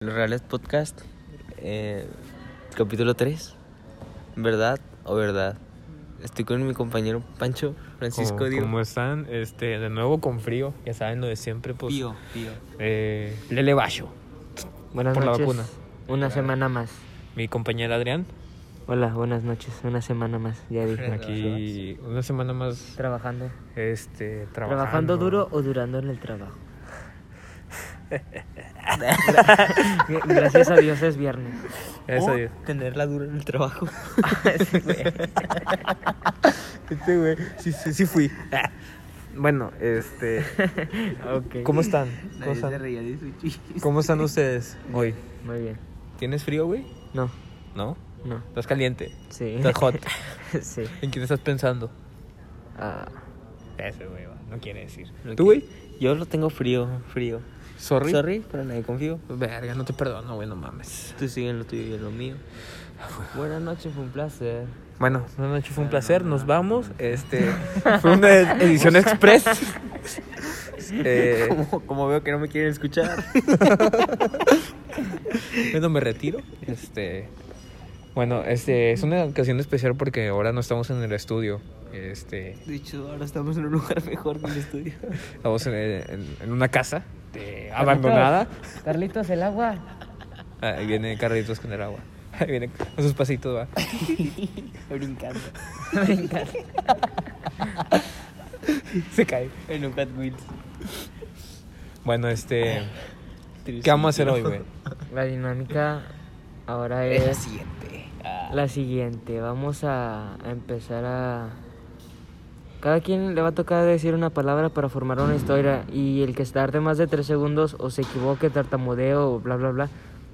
Los Reales Podcast, eh, capítulo 3, ¿verdad o verdad? Estoy con mi compañero Pancho Francisco como, Diego. como están, este, de nuevo con frío, ya saben lo de siempre, pues. Pío, pío. eh, Lele Bayo, Buenas Por la noches. vacuna. Una Claro. semana más. mi compañero Adrián, Hola, buenas noches. Una semana más, ya dije. aquí una semana más, Trabajando. este, trabajando. ¿Trabajando duro o durando en el trabajo? Gra- Gracias a Dios es viernes. Eso, O Dios. tenerla dura en el trabajo. este güey, sí, sí, sí fui. Bueno, este, Ok. ¿cómo están? ¿Cómo Nadie se están, reía de su chiste. ¿Cómo están ustedes hoy? Muy bien. ¿Tienes frío, güey? No, ¿No? no. ¿Estás caliente? Sí. ¿Estás hot? sí. ¿En quién estás pensando? Ah, Ese, güey, va, no quiere decir. Ok. ¿Tú, güey? Yo lo tengo frío, frío. Sorry. Sorry, pero nadie confío. Verga, no te perdono, güey, no mames. Tú sigue en lo tuyo y en lo mío. Buenas noches, fue un placer. Bueno, buenas noches, fue un placer, nos vamos. Este fue una ed- edición express. Eh, Como, como veo que no me quieren escuchar. bueno, me retiro. Este bueno, este es una ocasión especial porque ahora no estamos en el estudio. Este De hecho, ahora estamos en un lugar mejor que el estudio. estamos en, en- en una casa eh, abandonada. Carlitos, el agua. Ahí viene Carlitos con el agua. Ahí viene a sus pasitos va. Brincando. Se cae. En un Cat Wheels. Bueno, este ¿qué vamos a hacer hoy, güey? La dinámica ahora Es la es siguiente. Ah, la siguiente. Vamos a, a empezar a... Cada quien le va a tocar decir una palabra para formar una historia y el que tarde más de tres segundos o se equivoque, tartamudeo o bla bla bla,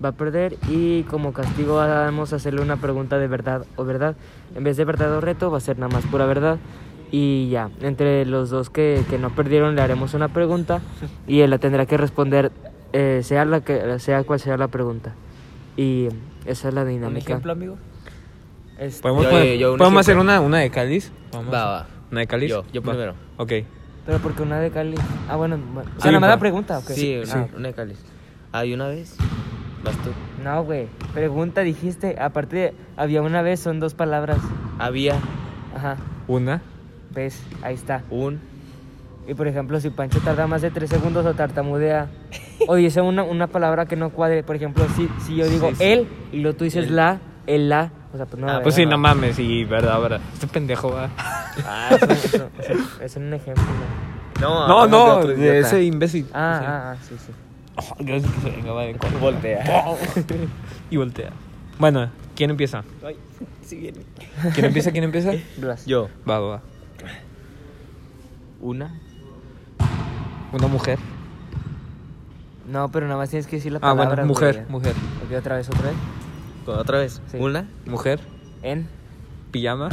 va a perder y como castigo vamos a hacerle una pregunta de verdad o verdad. En vez de verdad o reto va a ser nada más pura verdad y ya, entre los dos que, que no perdieron le haremos una pregunta y él la tendrá que responder eh, sea, la que, sea cual sea la pregunta. Y esa es la Un dinámica. ejemplo, amigo. Este, Podemos, Yo- eh, poner- yo- yo un ¿podemos hacer ejemplo. una una de cáliz. Vamos Va, a- va. Una de cáliz. Yo- yo Va. primero. Ok. Pero porque una de Cali. Ah, bueno, bueno. Sí, ah, nada más por- la pregunta, ok. Sí, Ah, una, una de cáliz. Hay una vez. Vas tú. No, güey. Pregunta dijiste. Aparte, de- había una vez, son dos palabras. Había Ajá. Una ¿Ves? Ahí está. un. Y por ejemplo, si Pancho tarda más de tres segundos o tartamudea. O dice una, una palabra que no cuadre. Por ejemplo, si, si yo digo Sí, sí. él y lo tú dices Él. la, el la. O sea, pues no. Ah, ¿verdad? Pues sí, no mames, y verdad, verdad. Este pendejo va. Ah, eso, eso- eso- es un ejemplo. ¿no? No, No, hablamos no, otro de idiota. ese imbécil. Ah, ah, ah, sí, sí. Oh, gracias que se venga, va de cuatro. Voltea. Y voltea. Bueno, ¿quién empieza? Ay, sí viene. ¿Quién empieza? ¿Quién empieza? Blas. Yo, Va, va, va. una. Una mujer. No, pero nada más tienes que decir la Ah, palabra. bueno, mujer, güey. mujer. Ok, otra vez, otra vez. Otra vez. Sí. Una. Mujer, En. pijama.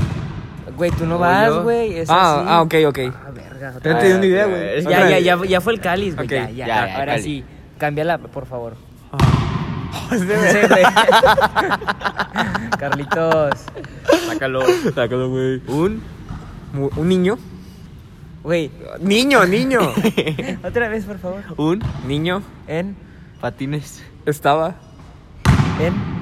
Güey, tú no O yo. vas, güey. es Ah, así. ah, ok, ok. Ah, verga. Ya otra te di vez. una idea, Ah, güey. es- Otra Ya, ya, vez. ya, ya fue el cáliz, güey. Ok, ya, ya, ya, ya, Ahora cáliz. Ah. sí. Cámbiala, por favor. Este Carlitos. Sácalo. me- Sácalo, güey. Un. Mu- Un niño. Güey, Niño, niño. otra vez, por favor. Un. niño. En, Patines. Estaba. en.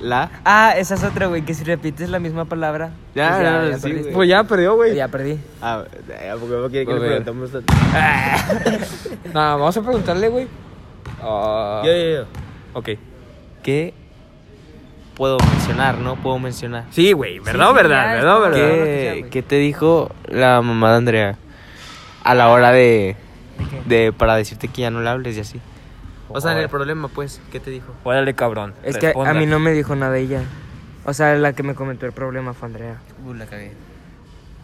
La. Ah, esa es otra, güey, que si repites la misma palabra. Ya, pues ya, sí, perdiste. güey. Pues ya perdió, güey. Ya perdí. Ah, ¿a poco no quiere que A le ver. preguntamos? a- Nada, vamos a preguntarle, güey. Ah, Yo, yo, yo. Ok. ¿Qué puedo mencionar? No puedo mencionar. Sí, güey, ¿verdad, sí, verdad, ya, verdad, está. verdad? sea, ¿Qué, güey. qué te dijo la mamá de Andrea a la hora de, de para decirte que ya no le hables y así? O sea, en el problema, pues, ¿qué te dijo? Órale, cabrón. Es que a mí no me dijo nada ella. O sea, la que me comentó el problema fue Andrea. Uh, la cagué.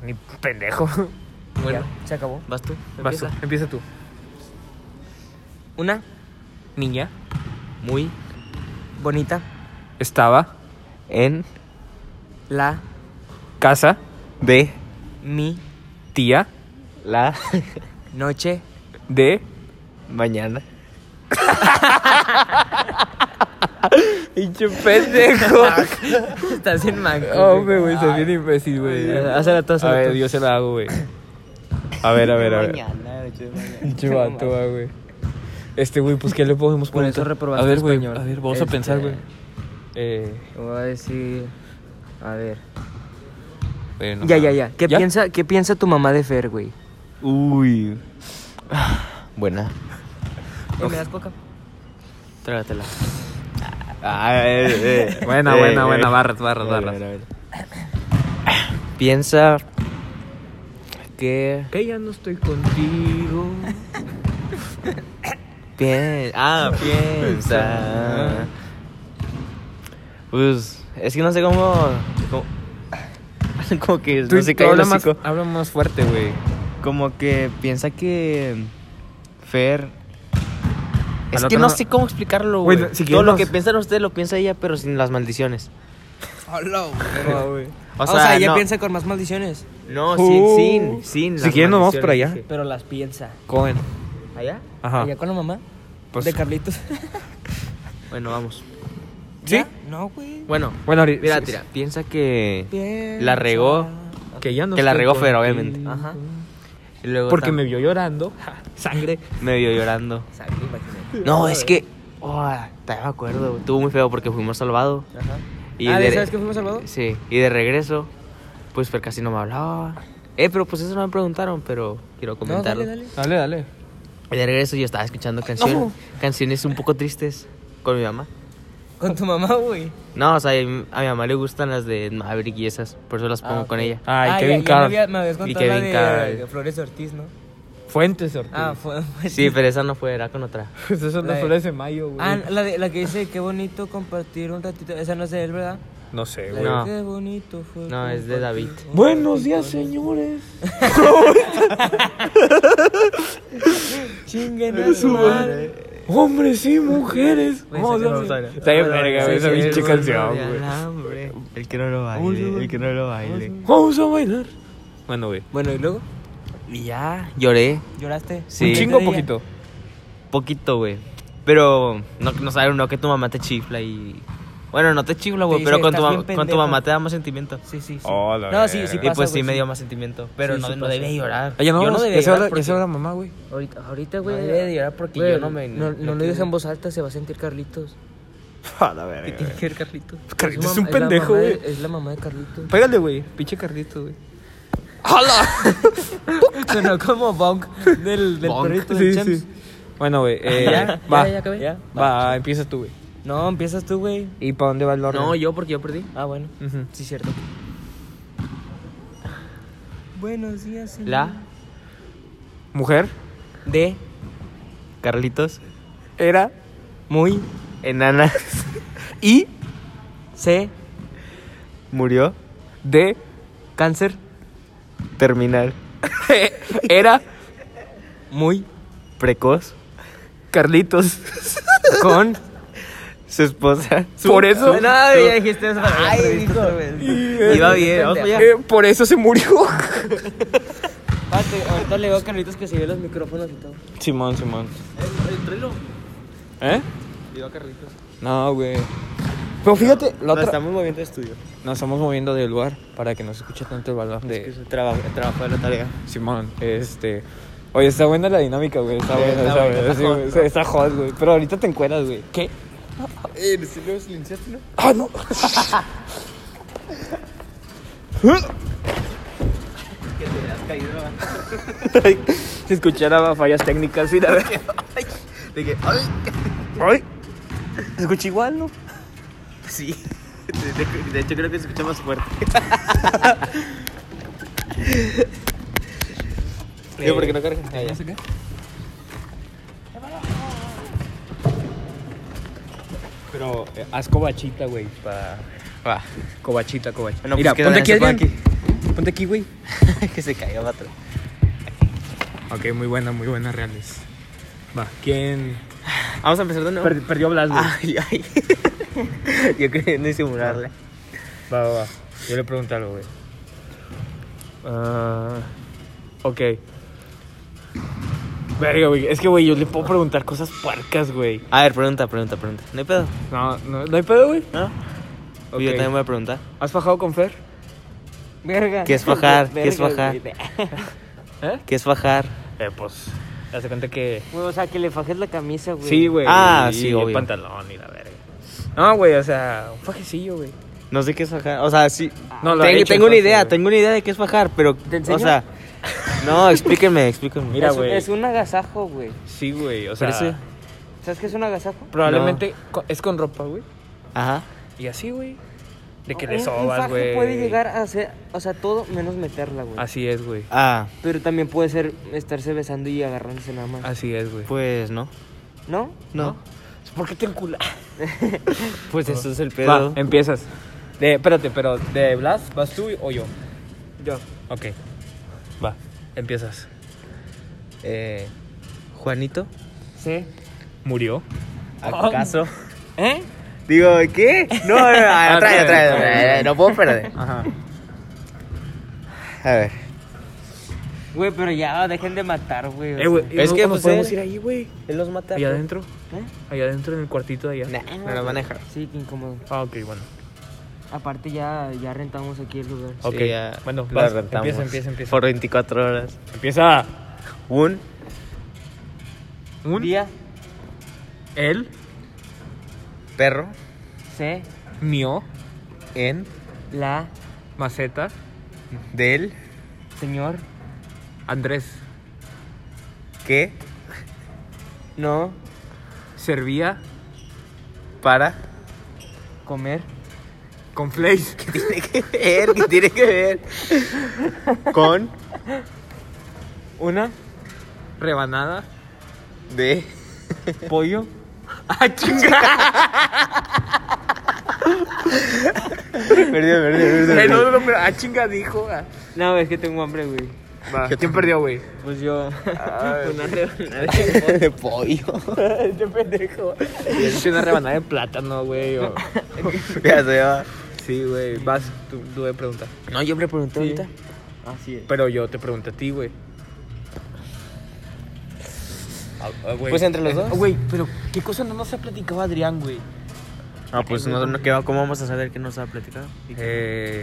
Ni pendejo. Bueno, Ya, se acabó. ¿vas tú? Vas tú, Empieza. empieza tú. Una, Niña. Muy bonita. Estaba. en La, Casa. de mi, Tía. la noche. De. mañana. Pinche pendejo. Estás en manco. Hombre, güey, sos bien imbécil, güey. Hazla tú, hazla A ver, tú. yo se la hago, güey. A ver, a ver, a ver. Mañana, noche de mañana. Pinche vato, va, güey. Este, güey, pues, ¿qué le podemos Por poner? eso reprobaste A ver, güey, español. a ver, vamos a Este, pensar, güey. Eh, Voy a decir. A ver. bueno, ya, ya, ya. ¿Qué, ¿Ya? Piensa, ¿Qué piensa tu mamá de Fer, güey? Uy. Buena. Eh, ¿Me das coca? Trágatela. Ah, eh, Buena, buena, buena, barras, barras, barras. Piensa que... Que ya no estoy contigo. Pien- ah, piensa. Pues, es que no sé cómo. Como, como que. Tú- No sé tú cómo habla, más, habla más fuerte, güey. Como que piensa que. Fer. Es Al que otro no, no- sé cómo explicarlo, güey. Bueno, si Todo quieres lo nos- que piensan ustedes lo piensa ella, pero sin las maldiciones. O sea, ella no, piensa con más maldiciones, No, Uh. sin, sin, sin. Si las quieren, nos vamos para maldiciones, allá. dije. pero las piensa. Cohen. ¿Allá? Ajá. ¿Allá con la mamá? Pues, de Carlitos. Bueno, vamos. ¿Sí? ¿Ya? No, güey. Bueno, Bueno, ahorita. mira, sí, tira. Piensa que. Piensa. La regó. sí, Que ya no Que la estoy regó Fer, contigo. obviamente. Ajá. y luego Porque tam- me vio llorando. ja, Sangre. me vio llorando. Sabe, imagínate. No, es que. Oh, todavía me acuerdo. güey. Estuvo muy feo porque fuimos salvados. Ajá. Y ah, de, ¿sabes que fuimos salvados? Sí, y de regreso, pues Fer casi no me hablaba. Eh, pero pues eso no me preguntaron, pero quiero No, comentarlo. dale, dale. Dale, dale. Y de regreso yo estaba escuchando canciones, No. canciones un poco tristes con mi mamá. Con tu mamá, güey. No, o sea, a mi a mi mamá le gustan las de Maverick y esas, por eso las pongo ok. con ella. Ay, Ah, Kevin ya- ya me Carr. había- Me habías Y contado Kevin la de, Carr. de Flores Ortiz, ¿no? Fuentes, Ortiz. Ah, fue. fue- Sí, pero esa no fue, era con otra. Pues eso no La de- solo es de mayo, güey. Ah, la, de, la que dice, qué bonito compartir un ratito. Esa no es de él, ¿verdad? No sé, La de, güey. No. Qué bonito fue. No, es de compartir David. un Buenos ratito". días, eh. señores. Chinguen a su madre. Hombres y mujeres. Güey, Vamos a esa sí me gusta. Está bien verga, güey, esa pinche canción, güey. güey. El que no lo Vamos a baile, el que no lo baile. Vamos a bailar. Bueno, güey. Bueno, ¿y luego? Y ya, lloré. ¿Lloraste? Sí. Un chingo o poquito. Poquito, güey. Pero no, no sabe uno que tu mamá te chifla y. Bueno, no te chifla, güey, Te pero dice, con tu, "Estás mam- bien con tu pendejo". mamá te da más sentimiento. Sí, sí, sí. Oh, la no, sí, verga. sí Y y pasa, pues sí, güey, me dio más sentimiento. Pero Sí, no, sí no pasa. debía llorar. Ah, ya no, yo no debía ya se llorar. habla, porque- ya se habla mamá, güey. Ahorita, ahorita, No güey. debía de llorar porque güey, yo no me- no No, no lo quiero. digas en voz alta, se va a sentir Carlitos. A la verga. Tiene que ver Carlitos. Carlitos su es un mam- la pendejo, mamá de- güey. Es la mamá de Carlitos. Pégale, güey. Pinche carrito, güey. Sonó como Bonk del, del Bonk. perrito Sí, del Champs. sí. Bueno, güey. Eh, ¿Ya? va. ¿Ya, ya acabé? ¿Ya? Va, empieza tú, güey. No, empiezas tú, güey. ¿Y para dónde va el orden? No, yo porque yo perdí. Ah, bueno. Ujú. Sí, cierto. Buenos días, señor. La, Mujer De. Carlitos, era Muy. enana, y Se. murió, de Cáncer. terminal, era Muy. precoz, Carlitos. Con. su esposa. Por eso. Nada, ya dijiste eso. Ay, dijo. Iba bien, vamos para allá. Eh, por eso se murió. Pate, ahorita le digo a Carlitos que se ve los micrófonos y todo. Simón, Simón. ¿Eh? Iba Carlitos. No, güey. Pero fíjate, la Nos otra. estamos moviendo de estudio. Nos estamos moviendo de lugar para que no se escuche tanto el balón Que de es el trabajo, el trabajo de la tarea. Simón. Este. Oye, está buena la dinámica, güey. Está Sí, buena, está está buena, buena. está sí, hot. güey, Está hot, güey. Pero ahorita te encueras, güey. ¿Qué? Eh, ¿sí lo silenciaste, no? ¡Ah, no! Que te has caído. Si escuchara fallas técnicas, sí, la verdad. De que, ay, ¡Ay! Se escucha igual, ¿no? sí. De, de- de hecho, creo que se escucha más fuerte. Yo, ¿por qué no carga? Ah, ya. Pero eh, haz cobachita, güey. Para. Va. Cobachita, cobachita. Bueno, pues, Mira, ¿qué tal? ponte aquí, Se pone Adrián. Ponte aquí, güey. que se cayó, vato. Ok, muy buena, muy buena, reales. Va, ¿quién? Vamos a empezar de nuevo. perdió Blas, Ay, ay. Yo creo no simularla. Va, va, va. Yo le pregunto algo, güey. Ah, ok. Verga, güey. Es que, güey, yo le puedo preguntar cosas puercas, güey. A ver, pregunta, pregunta, pregunta. No hay pedo, No, no, no hay pedo, güey. ¿no? Ok. Yo también voy a preguntar. ¿Has fajado con Fer? Verga. ¿Qué es fajar? ¿Qué es fajar? Verga, güey. ¿Eh? ¿Qué es fajar? Eh, pues. Hace cuenta que. Güey, o sea, que le fajes la camisa, güey. Sí, güey. Ah, y sí, el obvio. pantalón y la verga. No, güey, o sea, un fajecillo, güey. No sé qué es fajar. O sea, sí. No, lo Ten- ha hecho, tengo una entonces, idea, güey. tengo una idea de qué es fajar, pero. ¿Te enseño? o sea. No, explíquenme, explíquenme. Mira, es, un- güey. es un agasajo, güey. Sí, güey, o sea. Pero ese- ¿Sabes qué es un agasajo? Probablemente co- es con ropa, güey. Ajá. Y así, güey. De que Un- le un sobas, faje güey. puede llegar a ser, o sea, todo menos meterla, güey. Así es, güey. Ah, Pero también puede ser estarse besando y agarrándose nada más. Así es, güey. pues no. ¿No? No. ¿Por qué te enculas? Pues eso es el Va, pedo. empiezas. De, espérate, pero de Blas, ¿vas tú o yo? Yo. Ok. Va, empiezas. Eh, Juanito, Sí. ¿Murió? ¿acaso? ¿Eh? Digo, ¿qué? No, no, no, Ah, atrás, trae, atrás, trae. atrás, no puedo perder. A ver. Güey, pero ya, dejen de matar, güey. o Eh, güey, sea. Es no- que, no pues, podemos eh, ir ahí, güey. Él los mata. Allá adentro, ¿Eh? allá adentro en el cuartito de allá. Nah, no lo maneja. Sí, qué incómodo. Ah, ok, bueno. Aparte ya, ya rentamos aquí el lugar. Ok, Sí, ya bueno, lo vas, rentamos. empieza, empieza, empieza. Por 24 horas. Empieza Un. un Día, él Perro. se, mío En. la, maceta Del. señor, Andrés Que. no, servía Para. comer, con Flays. Tiene que ver, que tiene que ver. Con. una, rebanada. De. pollo, Ah, chinga. Perdió, perdió, Eh, perdió. no, no, pero ah, chinga dijo. ah. no, es que tengo hambre, güey. Va, ¿Quién perdió, güey? Pues yo, una rebanada. De pollo. Este pendejo. Es una rebanada de plátano, güey. o- Ya se va. Sí, güey. Vas, tú, tú me preguntas. No, yo me pregunté ahorita. Así es. Pero yo te pregunto a ti, güey. Ah, ah, güey. Pues entre los dos. Güey, pero ¿qué cosa no nos ha platicado Adrián, güey? Ah, pues no, no, ¿qué va- ¿cómo vamos a saber que nos ha platicado? ¿Y qué?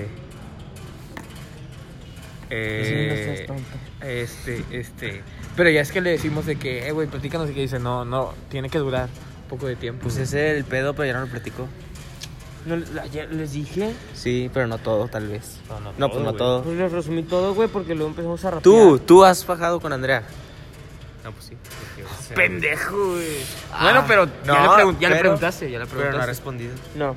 Eh. Eh, este, este. Pero ya es que le decimos de que, eh, güey, platícanos y que dice, no, no, tiene que durar un poco de tiempo. Pues ese es el pedo, pero ya no lo platicó. No, la- ya les dije, Sí, pero no todo, tal vez. No, no No, todo, pues no güey. todo. pues les resumí todo, güey, porque luego empezamos a rapear. Tú, tú has fajado con Andrea. No, pues sí. pendejo, güey. bueno, pero ya, no, le pregun- ya le pero- preguntaste, ya Pero le no ha preguntaste. respondido. No,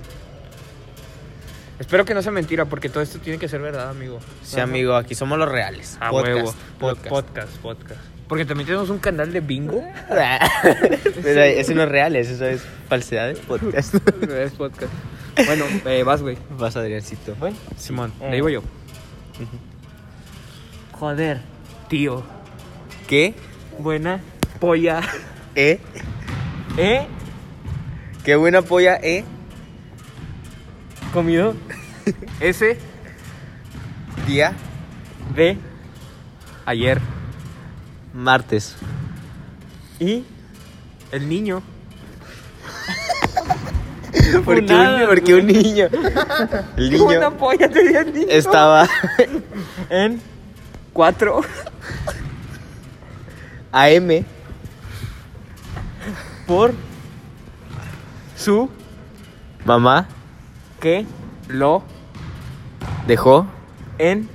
Espero que no sea mentira, porque todo esto tiene que ser verdad, amigo. Sí, amigo, aquí somos los reales. A podcast, Ah, huevo. Ah, Podcast. podcast, podcast. Porque también tenemos un canal de bingo. Pero ese no es real, eso es falsedades. Podcast. es podcast. Bueno, eh, vas, güey. Vas, Adriancito. Simón, le digo yo. joder, Tío, ¿Qué? buena, polla, ¿Eh? ¿eh? ¿Qué buena polla, eh? Comido, ese, Día ve, ayer, martes. y, el niño. Porque un, Funadas, porque un niño. El una niño polla te di al niño. estaba En, cuatro, AM por, Su, Mamá que, lo, dejó en,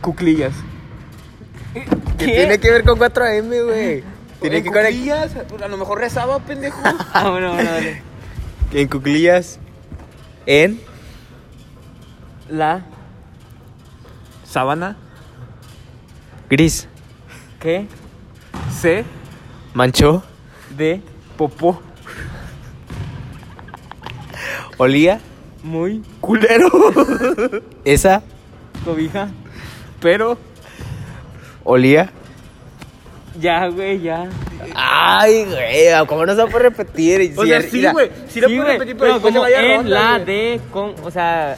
cuclillas. ¿Qué tiene que ver con 4M, güey? Tiene que ver A lo mejor rezaba, pendejo. Ah, bueno, bueno, vale. en cuclillas en La, Sabana, gris. que, se, Manchó, de, popó, olía muy, culero. esa, cobija. Pero, olía. Ya, güey, ya. Ay, güey, ¿cómo no se puede repetir? o Si sea, er- sí, mira, güey. Sí lo Sí, puedo güey. repetir, pero No, después se como vaya en, ronda, la, güey. de, con, o sea,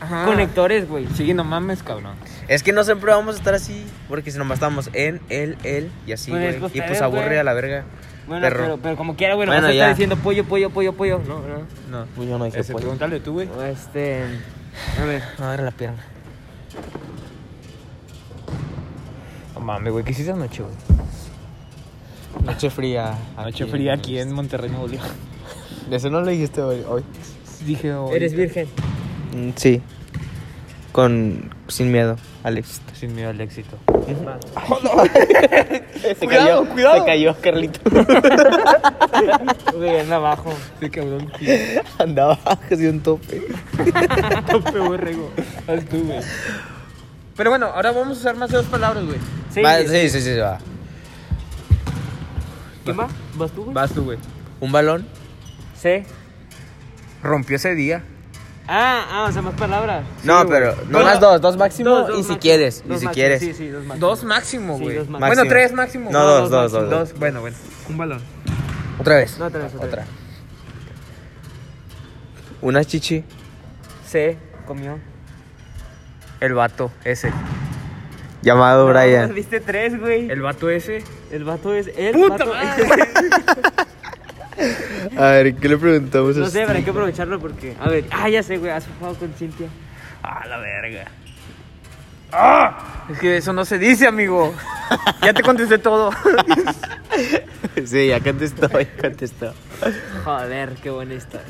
Ajá. conectores, güey. Sí, no mames, cabrón. Es que no siempre vamos a estar así, porque si nomás estamos en, el, el y así, Pues es güey. que y pues ustedes, aburre güey. a la verga. Bueno, Perro. pero, pero como quiera, güey, Bueno, bueno, vas a ya. estar diciendo pollo, pollo, pollo, pollo. No, no. No. Pues yo no dije Ese, pollo. pregúntale tú, güey. Este, a ver, No, agarra la pierna. Mami, güey, ¿qué hiciste anoche, güey? Noche fría. Noche aquí fría en- aquí en Monterrey, Nuevo León. Eso no lo dijiste hoy. hoy. Dije, oh, Eres virgen. Mm, Sí. Con. Sin miedo, Alex. Sin miedo al éxito. Se cuidado, cayó, cuidado. Se cayó, Carlito. Güey, anda abajo. este cabrón, tío. Andaba abajo de un tope. Tope, güey, rego. Haz tú, güey. Pero bueno, ahora vamos a usar más de dos palabras, güey. Sí. Va, sí, sí, sí, va. ¿Quién va? ¿Vas tú, güey? Vas tú, güey. Un balón. Sí. Rompió ese día. Ah, ah, o sea, más palabras. no, pero. Nomás dos, dos máximo. Dos, dos y si máximo. quieres, y Dos si máximo, quieres. Sí, sí, dos máximo. Dos máximo, Sí, güey. dos máximo. bueno, tres máximo. No, dos, dos, dos, dos. Dos, bueno, bueno. Un balón. Otra vez. No, otra vez, otra vez. Una chichi. Sí, comió. El vato, ese. Llamado No, Oh, Brian. Viste tres, güey. El vato ese. El vato es. El ¡Puta vato- madre! A ver, ¿qué le preguntamos este? No sé, pero hay que aprovecharlo porque. A ver, ah, ya sé, güey. Has jugado con Cintia. A la verga. ¡Ah! Es que eso no se dice, amigo. ya te contesté todo. Sí, ya contestó, ya contestó. Joder, qué buena historia.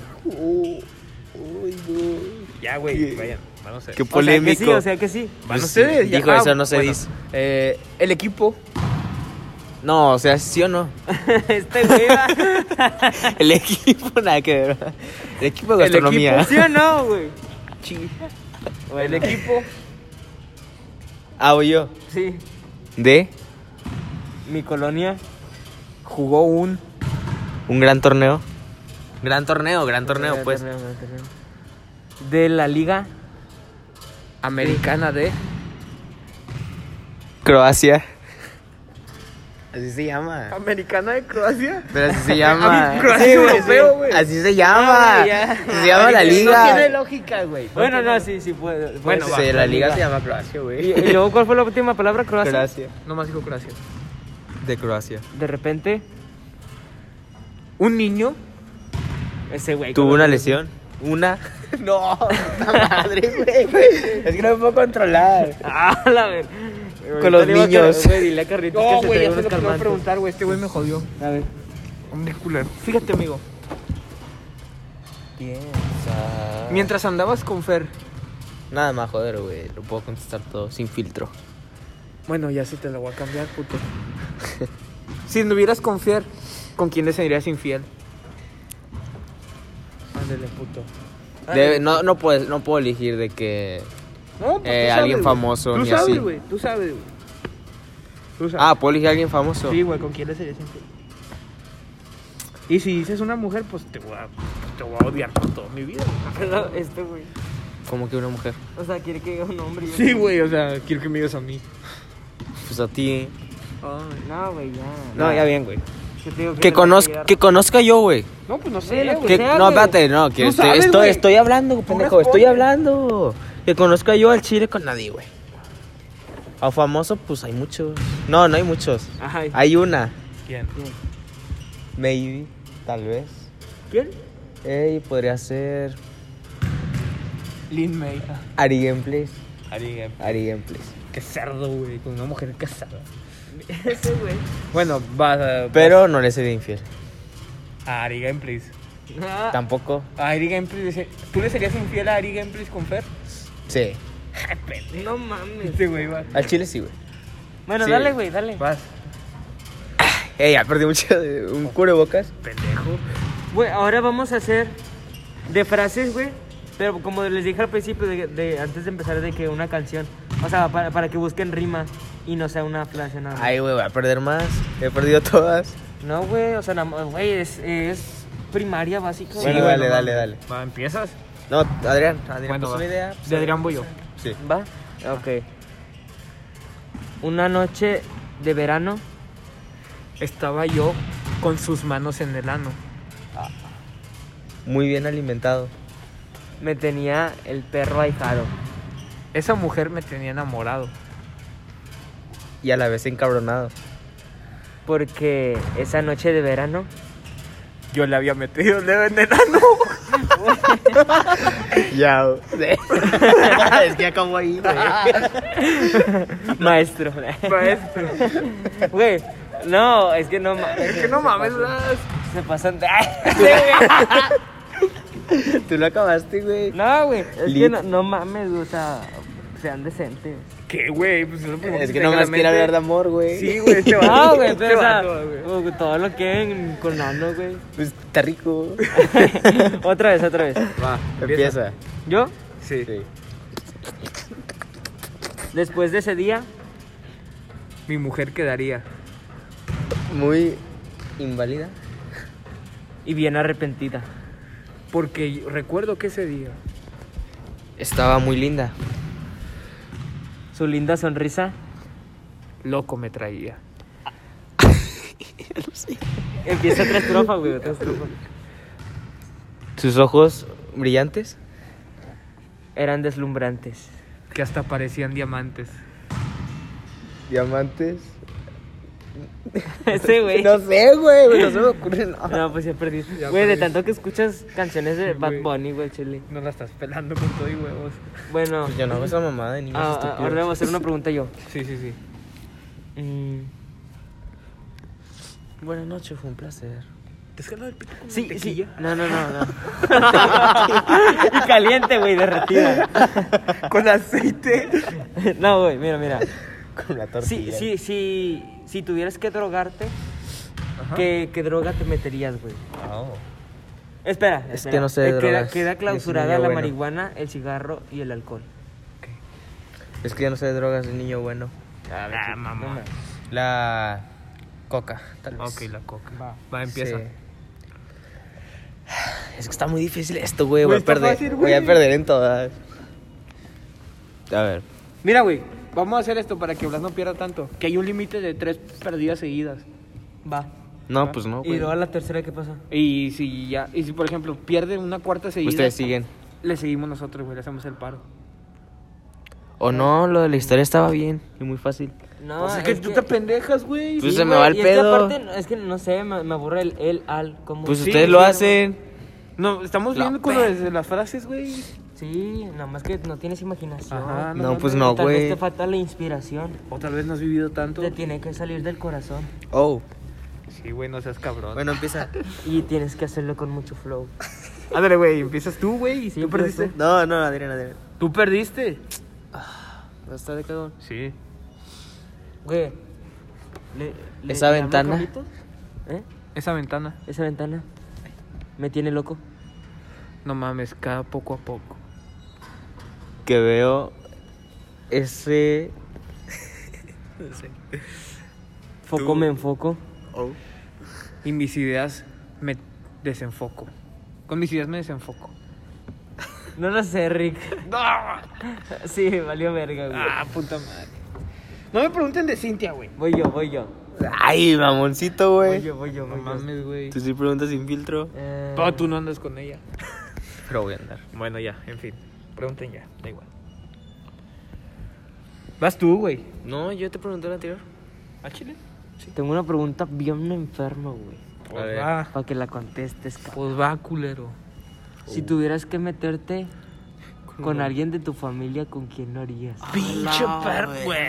ya, güey, vayan. Vamos a Qué O sea que sí, polémico. o sea que sí. Van Pues ustedes. sí, ya. dijo, Ah, eso no se dice. eh, el equipo. No, o sea, sí o no. este güey va. El equipo, nada que ver. El equipo de El equipo, gastronomía. ¿Sí o no, güey? El equipo. Ah, voy yo. Sí. De Mi colonia. Jugó un. un gran torneo. Gran torneo, gran torneo, pues. Eh, Torneo, torneo, torneo. De la liga. Americana de. Croacia. Así se llama. Americana de Croacia. Pero así se llama. Croacia Sí, güey, europeo, sí. güey. Así se llama. Ah, ya. Así se llama la No tiene liga. lógica, güey. Bueno, no, sí, sí puede. puede Bueno, ser. va. Sí, la liga se llama Croacia, ¿Y, güey. y luego cuál fue la última palabra, Croacia? Nomás dijo Croacia. De Croacia. De repente, Un niño. ese güey. Tuvo con- una lesión. Una. No, puta madre, güey. Es que no me puedo controlar. Ah, la ver. Ahorita los le iba a niños. car- Güey, dile a Carlitos que No, se güey, traiga ya se unos lo que iba a calmantes. preguntar, güey. Este güey me jodió. A ver. Hombre culero. Fíjate, amigo. Mientras andabas con Fer. Nada más, joder, güey. Lo puedo contestar todo sin filtro. Bueno, ya sí te la voy a cambiar, puto. si anduvieras con Fer, ¿con quién le serías infiel? Ándale, puto. Ah, Debe- no, no, puedes, no puedo elegir de que. No, Eh, tú alguien güey. famoso, Tú ni sabes, así. güey. Tú sabes, güey. Tú sabes. Ah, puedo elegir a alguien famoso. Sí, güey, ¿con quién le serías infiel? Y si dices una mujer, pues te voy a, te voy a odiar por toda mi vida. güey. Este güey. Como que una mujer. O sea, quiere que diga un hombre. y yo Sí, que- güey, o sea, quiero que me digas a mí. Pues a ti. Ay. "Oh, No, güey, ya. No, ya bien, güey. Yo te digo Que, no conozca, quiero que conozca yo, güey. No, pues no Sí, sé, lo güey. Que, sea, no, güey. espérate, no, que Tú estoy, sabes, estoy, güey. estoy hablando, pendejo, estoy respondes. hablando. Que conozca yo al chile con nadie, güey. A famoso, pues hay muchos. No, no hay muchos. Ajá. Hay una. ¿Quién? Maybe, tal vez. ¿Quién? Ey, podría ser Lin May. Ari Gameplays. Ari, Ari Gameplays. qué cerdo, güey, con una mujer casada. Ese güey. Bueno, vas a... Pero no le sería infiel. A Ari Gameplays. Ah, Tampoco. A Ari Gameplays, dice, ¿tú le serías infiel a Ari Gameplays con Fer? Sí. no mames. Este güey va. Al chile sí, güey. Bueno, Sí. dale, güey, dale. Vas, Ey, ya perdí mucho. Un cubrebocas. pendejo. Güey, ahora vamos a hacer de frases, güey. Pero como les dije al principio, de, de- antes de empezar, de que una canción. O sea, para, para que busquen rima y no sea una frase nada más. Ay, güey, voy a perder más. He perdido todas. No, güey, o sea, nada más, güey, es, es primaria básica. Sí, güey. dale, dale, dale. Va, ¿empiezas? No, Adrián, Adrián, Bueno, pues va. una idea. pues, De Adrián Boyo. Sí. ¿Va? Ok. Una noche de verano. Estaba yo con sus manos en el ano. Muy bien alimentado. Me tenía el perro ahijado. Esa mujer me tenía enamorado. Y a la vez encabronado. Porque esa noche de verano Yo le había metido el dedo en el ano. Ya. es que acabó ahí, Maestro. Maestro. Güey, no, es que no mames. Es que no se mames, pasan- ¿verdad? Se pasan de. Sí, güey. Tú lo acabaste, güey. güey. no, güey, es que Lit. no, no mames, güey, o sea, sean decentes. ¿Qué, güey? Pues es lo primero Es se que no venga a más la quiere mente. hablar de amor, güey. Sí, güey, este vato. No, güey, este pero o sea, vato, güey. como que todo lo quieren con ano, güey. Pues está rico. otra vez, otra vez. Va, empieza. Empieza. Yo, Sí. después de ese día, Mi mujer quedaría. Muy inválida. y bien arrepentida. Porque yo- recuerdo que ese día. Estaba muy linda. Su linda sonrisa Loco me traía. empieza otra estrofa, güey, otra estrofa. Sus ojos brillantes. Eran deslumbrantes. Que hasta parecían diamantes. Diamantes. Ese güey. No sé, güey. güey, No se me ocurre nada. No, pues ya perdí. Ya Güey, de perdí. tanto que escuchas canciones de Sí, Bad güey. Bunny, güey, chile. No la estás pelando con todo y huevos. Bueno, Pues yo no hago esa mamada de niños ah, ah, ahora le estúpidos. voy a hacer una pregunta yo. Sí, sí, sí. Mm, Buenas noches, fue un placer. ¿Te has jalado el pito con Sí, sí. mantequilla? No, no, no, no. y caliente, güey, derretida. Con aceite. No, güey, mira, mira. Con la Sí, tortilla. sí, sí. Si tuvieras que drogarte, Ajá. ¿qué, qué droga te meterías, güey? Espera, Es espera. que no sé de Eh, queda, drogas. queda Es clausurada medio la bueno. marihuana, el cigarro y el alcohol. Es que yo no sé de drogas, de niño bueno. Ah, mamá. La coca, tal vez. Ok, la coca. Va, empieza. Sí. Es que está muy difícil esto, güey. Güey, Voy a está perder. fácil, voy a güey. perder en todas. A ver. Mira, güey, vamos a hacer esto para que Blas no pierda tanto. Que hay un límite de tres perdidas seguidas. Va. No, pues no, y güey. luego la tercera, ¿qué pasa? Y si ya, y si por ejemplo pierde una cuarta seguida, Ustedes siguen. le seguimos nosotros, güey, le hacemos el paro. O no, lo de la historia estaba bien y muy fácil. No, Pues es que tú te pendejas, güey. Pues Sí, se me güey, va el y es que pedo. aparte, es que no sé, me, me aburre el, el al. Como... Pues Sí, ustedes lo sí, hacen. No, estamos La viendo con pe- lo de las frases, güey. Sí, nada más que no tienes imaginación. Ajá, No, pues Y no, Tal vez güey. te falta la inspiración. O tal vez no has vivido tanto. Te tiene que salir del corazón. Oh. Sí, güey, no seas cabrón. Bueno, empieza. Y tienes que hacerlo con mucho flow. ándale, güey, empiezas tú, güey. y Sí, ¿Tú empiezas perdiste? No, no, Adrián, Adrián. ¿Tú perdiste? Va a estar de cagón. Sí. Güey. le- le- Esa ¿le hablo ventana. Carlitos? ¿Eh? Esa ventana. Esa ventana. Me tiene loco. No mames, cada poco a poco. Que veo ese. Foco me enfoco. Oh. Y mis ideas me desenfoco. Con mis ideas me desenfoco. No lo sé, Rick. Sí, valió verga, güey. Ah, puta madre. No me pregunten de Cintia, güey. Voy yo, voy yo. Ay, mamoncito, Voy güey. yo, voy yo, voy yo. güey. Tú sí preguntas sin filtro. Eh, Pero tú no andas con ella. Pero voy a andar. Bueno, ya, en fin. Pregunten ya, da igual. Vas tú, güey. No, yo te pregunté la anterior. ¿A Chile? Tengo una pregunta bien enferma, güey. A Pues ver. va. Para que la contestes, cabrón. Pues va, culero. Si tuvieras que meterte con alguien de tu familia, ¿con quién lo Ah, harías? Pinche perro, güey.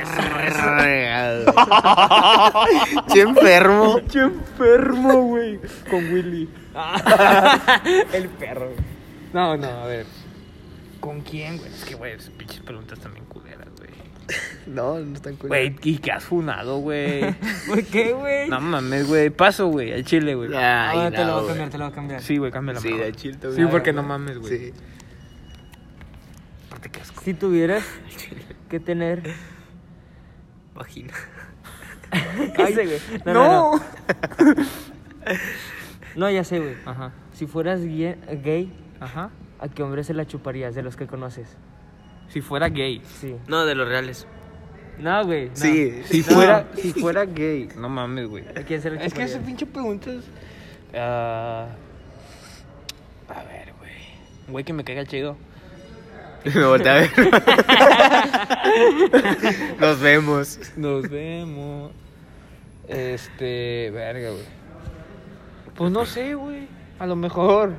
Che enfermo. Pinche enfermo, güey. Con Willy. Ah, El perro. No, no, a ver. ¿Con quién, güey? Es que, güey, esas pinches preguntas también culeras, güey. No, no están cool. Güey, ¿y qué has funado, güey? ¿Por qué, güey? no mames, güey. Paso, güey, al chile, güey. Ah, te lo voy a cambiar, te lo voy a cambiar. Sí, güey, cámbiala. Sí, mejor. de chile, Sí, güey. porque no mames, güey. Sí. Aparte, qué asco. Si tuvieras que tener. Vagina. Ese, güey. No, no, No. no. No, ya sé, güey. Ajá, Si fueras gui- gay, ajá. ¿a qué hombre se la chuparías de los que conoces? Si fuera gay. Sí. No, de los reales. No, güey. no. Sí. Si fuera, si fuera gay. No mames, güey. ¿A quién se la Es que chuparías? esas pinche preguntas. ah, a ver, güey. Un Güey, que me caiga chido. Me volteé a ver. Nos vemos. Nos vemos. Este, verga, güey. Pues no sé, güey. A lo mejor.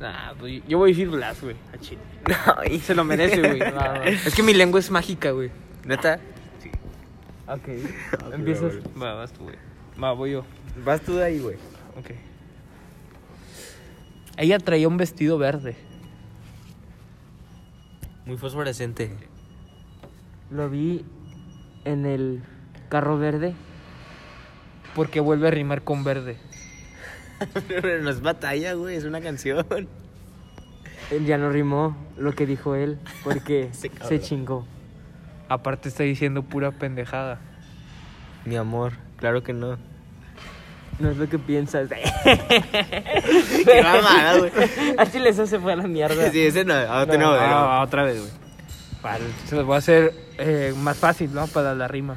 Nah, pues yo voy a decir Blas, güey. A Chile. Ay, Se lo merece, güey. Es que mi lengua es mágica, güey. ¿Neta? Ok. Empiezas. Va, vas tú, güey. Va, voy yo. Vas tú de ahí, güey. Ok. Ella traía un vestido verde. Muy fosforescente. Lo vi en el carro verde. Porque vuelve a rimar con verde. Pero no es batalla, güey, es una canción. Él ya no rimó lo que dijo él porque Ese se, cabrón. chingó. Aparte está diciendo pura pendejada. Mi amor, claro que no. No es lo que piensas. Qué mamada, güey. Así les hace fue a la mierda. Sí, ese no, ah, no, Ah, no. ah, otra vez, güey. Vale, se los voy a hacer eh, más fácil, ¿no? Para la rima.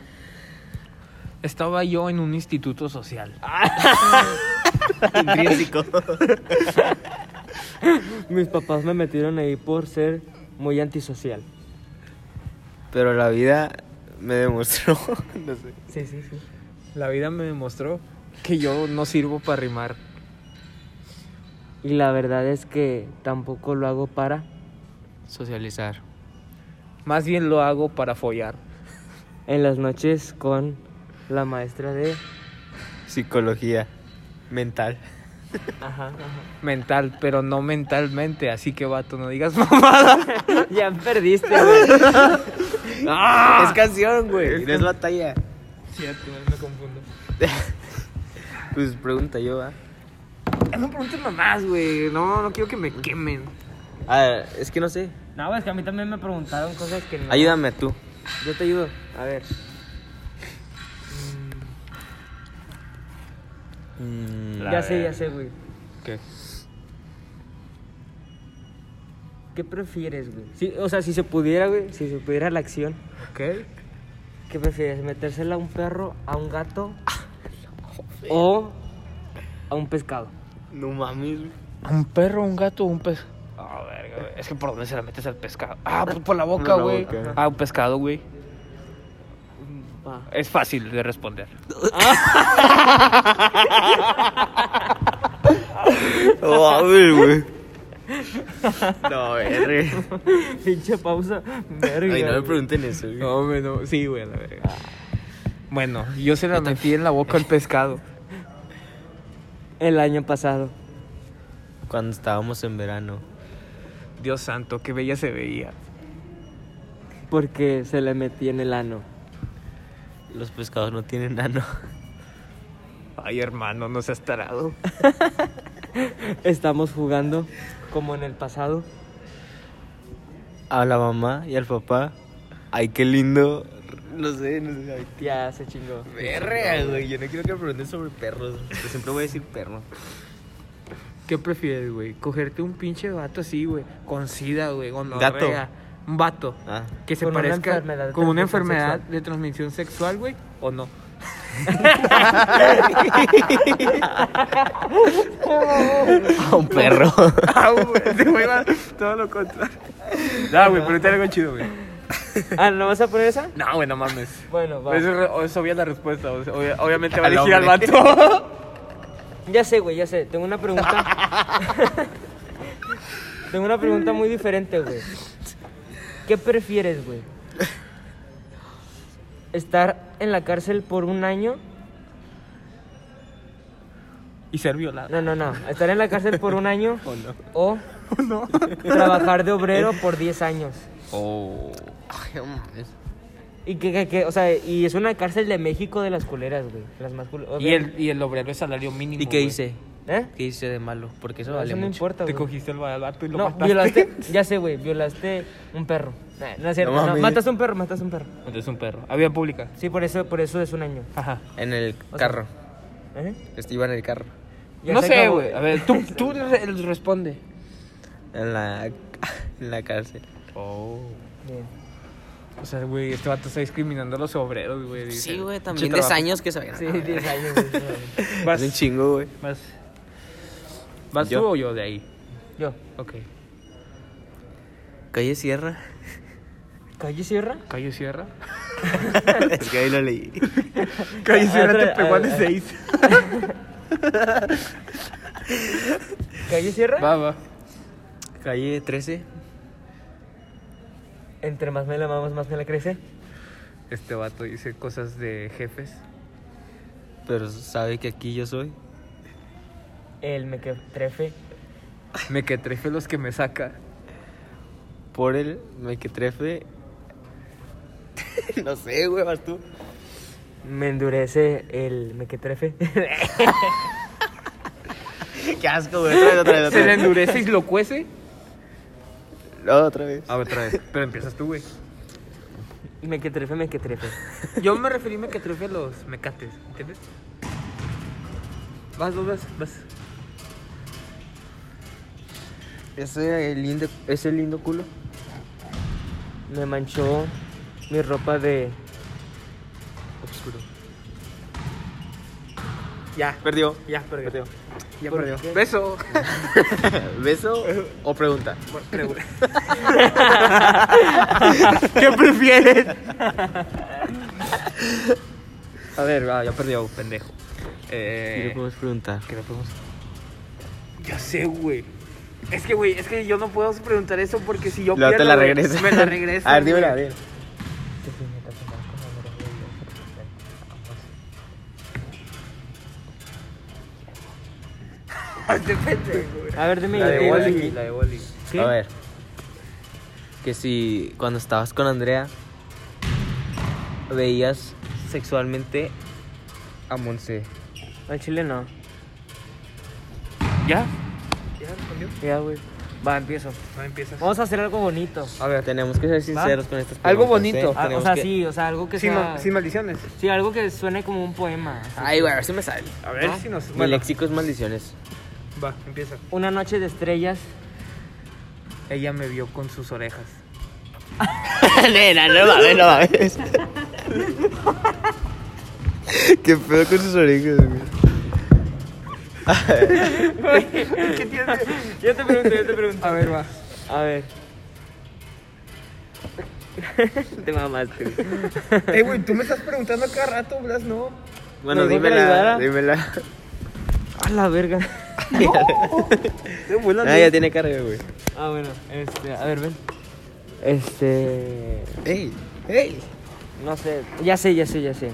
Estaba yo en un instituto social. Intrínseco. Mis papás me metieron ahí por ser muy antisocial. Pero la vida me demostró. No sé. Sí, sí, sí. La vida me demostró que yo no sirvo para rimar. Y la verdad es que tampoco lo hago para. Socializar. Más bien lo hago para follar. En las noches con la maestra de... Psicología. Mental. Ajá, ajá. Mental, pero no mentalmente. Así que, vato, no digas mamada. Ya perdiste, güey. Es canción, güey. No Ah. es batalla. Cierto, me confundo. Pues pregunta yo, ¿va? No preguntes mamás, güey. No, no quiero que me quemen. A ver, Ah, es que no sé. No, es que a mí también me preguntaron cosas que no... Ayúdame tú. Yo te ayudo. A ver. ya sé, ya sé, güey. ¿Qué? ¿Qué prefieres, güey? Sí, o sea, si se pudiera, güey, si se pudiera la acción, ¿Qué? ¿qué prefieres? ¿Metérsela a un perro, a un gato o a un pescado? No mames, güey. ¿Un perro, un gato o un pez? Ah, verga, güey. Es que por dónde se la metes al pescado. Ah, pues por la boca, Por la güey. boca. Ah, un pescado, güey. Va. Es fácil de responder. No mames, güey. No, R. Pinche pausa. Verga. Ay, no me güey. pregunten eso, güey. No, güey, no. Sí, güey, a la verga. Bueno, yo se la metí en la boca al pescado. El año pasado. Cuando estábamos en verano. Dios santo, qué bella se veía. Porque se le metí en el ano. Los pescados no tienen ano. Ay, hermano, no seas tarado. Estamos jugando como en el pasado. A la mamá y al papá. Ay, qué lindo. No sé, no sé. ay, Ya se chingó. Verga, güey. Yo no quiero que me pregunten sobre perros. Yo siempre voy a decir perro. ¿Qué prefieres, güey? Cogerte un pinche vato así, güey. Con sida, güey. Gato. Gato. Un vato. Ah. Que se Con una parezca enfermedad de con una transmisión enfermedad sexual. de transmisión sexual, güey, o no. A un perro. Ah, güey, te voy a todo lo contrario. No, güey, pero te algo chido, güey. Ah, ¿no vas a poner esa? No, güey, no mames. Bueno, va. Eso, es- o- es obvia la respuesta. o sea, obvia- obviamente va a Al elegir al hombre. vato. Ya sé, güey, ya sé. Tengo una pregunta. Tengo una pregunta muy diferente, güey. ¿Qué prefieres, güey? ¿Estar en la cárcel por un año? Y ser violado. No, no, no. ¿Estar en la cárcel por un año? ¿O trabajar de obrero por 10 años? Oh. Y que, que- que- o sea, y es una cárcel de México de las culeras, güey. Las más cul- o Y sea, el, y el obrero es salario mínimo. ¿Y qué güey. hice? ¿Eh? ¿Qué hice de malo? Porque eso No, vale eso no mucho. importa, Te güey. cogiste al vato y lo No, mataste. violaste, ya sé, güey, violaste un perro. Nah, No es cierto, No no, mames. mataste un perro, mataste un perro. Entonces un perro. Había pública. Sí, por eso, por eso es un año. Ajá. En el O sea, carro. ¿Eh? Este iba en el carro. Ya no se sé, acabó. güey. A ver, tú, tú re- responde. En la, en la cárcel. Oh. Bien. O sea, güey, este vato está discriminando a los obreros, güey. dice. Che, 10 trabajo. años que se Ah. vayan. Sí, 10 años, güey. Vas, Es un chingo, güey. vas. ¿Vas Yo. tú o yo de ahí? Yo, Ok. Calle Sierra. calle Sierra, Calle Sierra. es que ahí lo leí. Calle Sierra Otra- Tepehuán a- es a- 6. ¿Calle Sierra? Va, va. Calle 13. Entre más me la amamos, más me la crece. Este vato dice cosas de jefes. Pero sabe que aquí yo soy. El me que trefe. Me que trefe los que me saca. Por el mequetrefe. no sé, güey, vas tú. Me endurece el me que trefe. Qué asco, güey. Otra vez, otra vez, otra Se le vez. endurece y lo cuece. No, otra vez. A ver, otra vez. Pero empiezas tú, güey. me que trefe, me que trefe. Yo me referí me que trefe a los mecates, ¿entiendes? Vas, vas, vas, vas. Ese eh, el lindo, ese lindo culo. Me manchó mi ropa de. Obscuro. Ya, Perdió. ya, perdió. Ya perdió. Beso. ¿Beso o pregunta? ¿Qué prefieres? A ver, va, ya perdió, pendejo. Eh, podemos preguntar? Ya sé, güey. Es que, güey, es que yo no puedo preguntar eso porque si yo Luego te pierdo, la güey, regreso. Me la regreso. A ver, dímela, a güey. ver. Depende, güey. A ver, dime. la yo te de digo Wally, si- la de Wally. ¿Qué? A ver. Que si cuando estabas con Andrea veías sexualmente a Monse. Al chile no. ¿Ya? ¿Ya respondió? Ya, güey. Va, empiezo. Ah, No empiezas. Vamos a hacer algo bonito. A ver, Tenemos que ser sinceros con estas preguntas. Algo bonito. ¿eh? Ah, o Tenemos sea, que- sí, o sea, algo que Sin, sea. ma- sin maldiciones. Sí, algo que suene como un poema. así. Ay, güey, a ver si me sale. A ver si nos. Mi Bueno, léxico es maldiciones. va, empieza. Una noche de estrellas. ella me vio con sus orejas. Nena, no mames, no mames. Qué pedo con sus orejas, güey. Yo te pregunto, yo te pregunto. A ver, va. A ver. te mamaste. güey. Eh, güey, tú me estás preguntando cada rato, Blas, no. Bueno, ¿Nos vas a dímela, ayudar? dímela. A la verga. Ah, ya tiene carga, güey. Ah, bueno, eh. este, a ver, ven. Este. Ey, ey. No sé. Ya sé, ya sé, ya sé.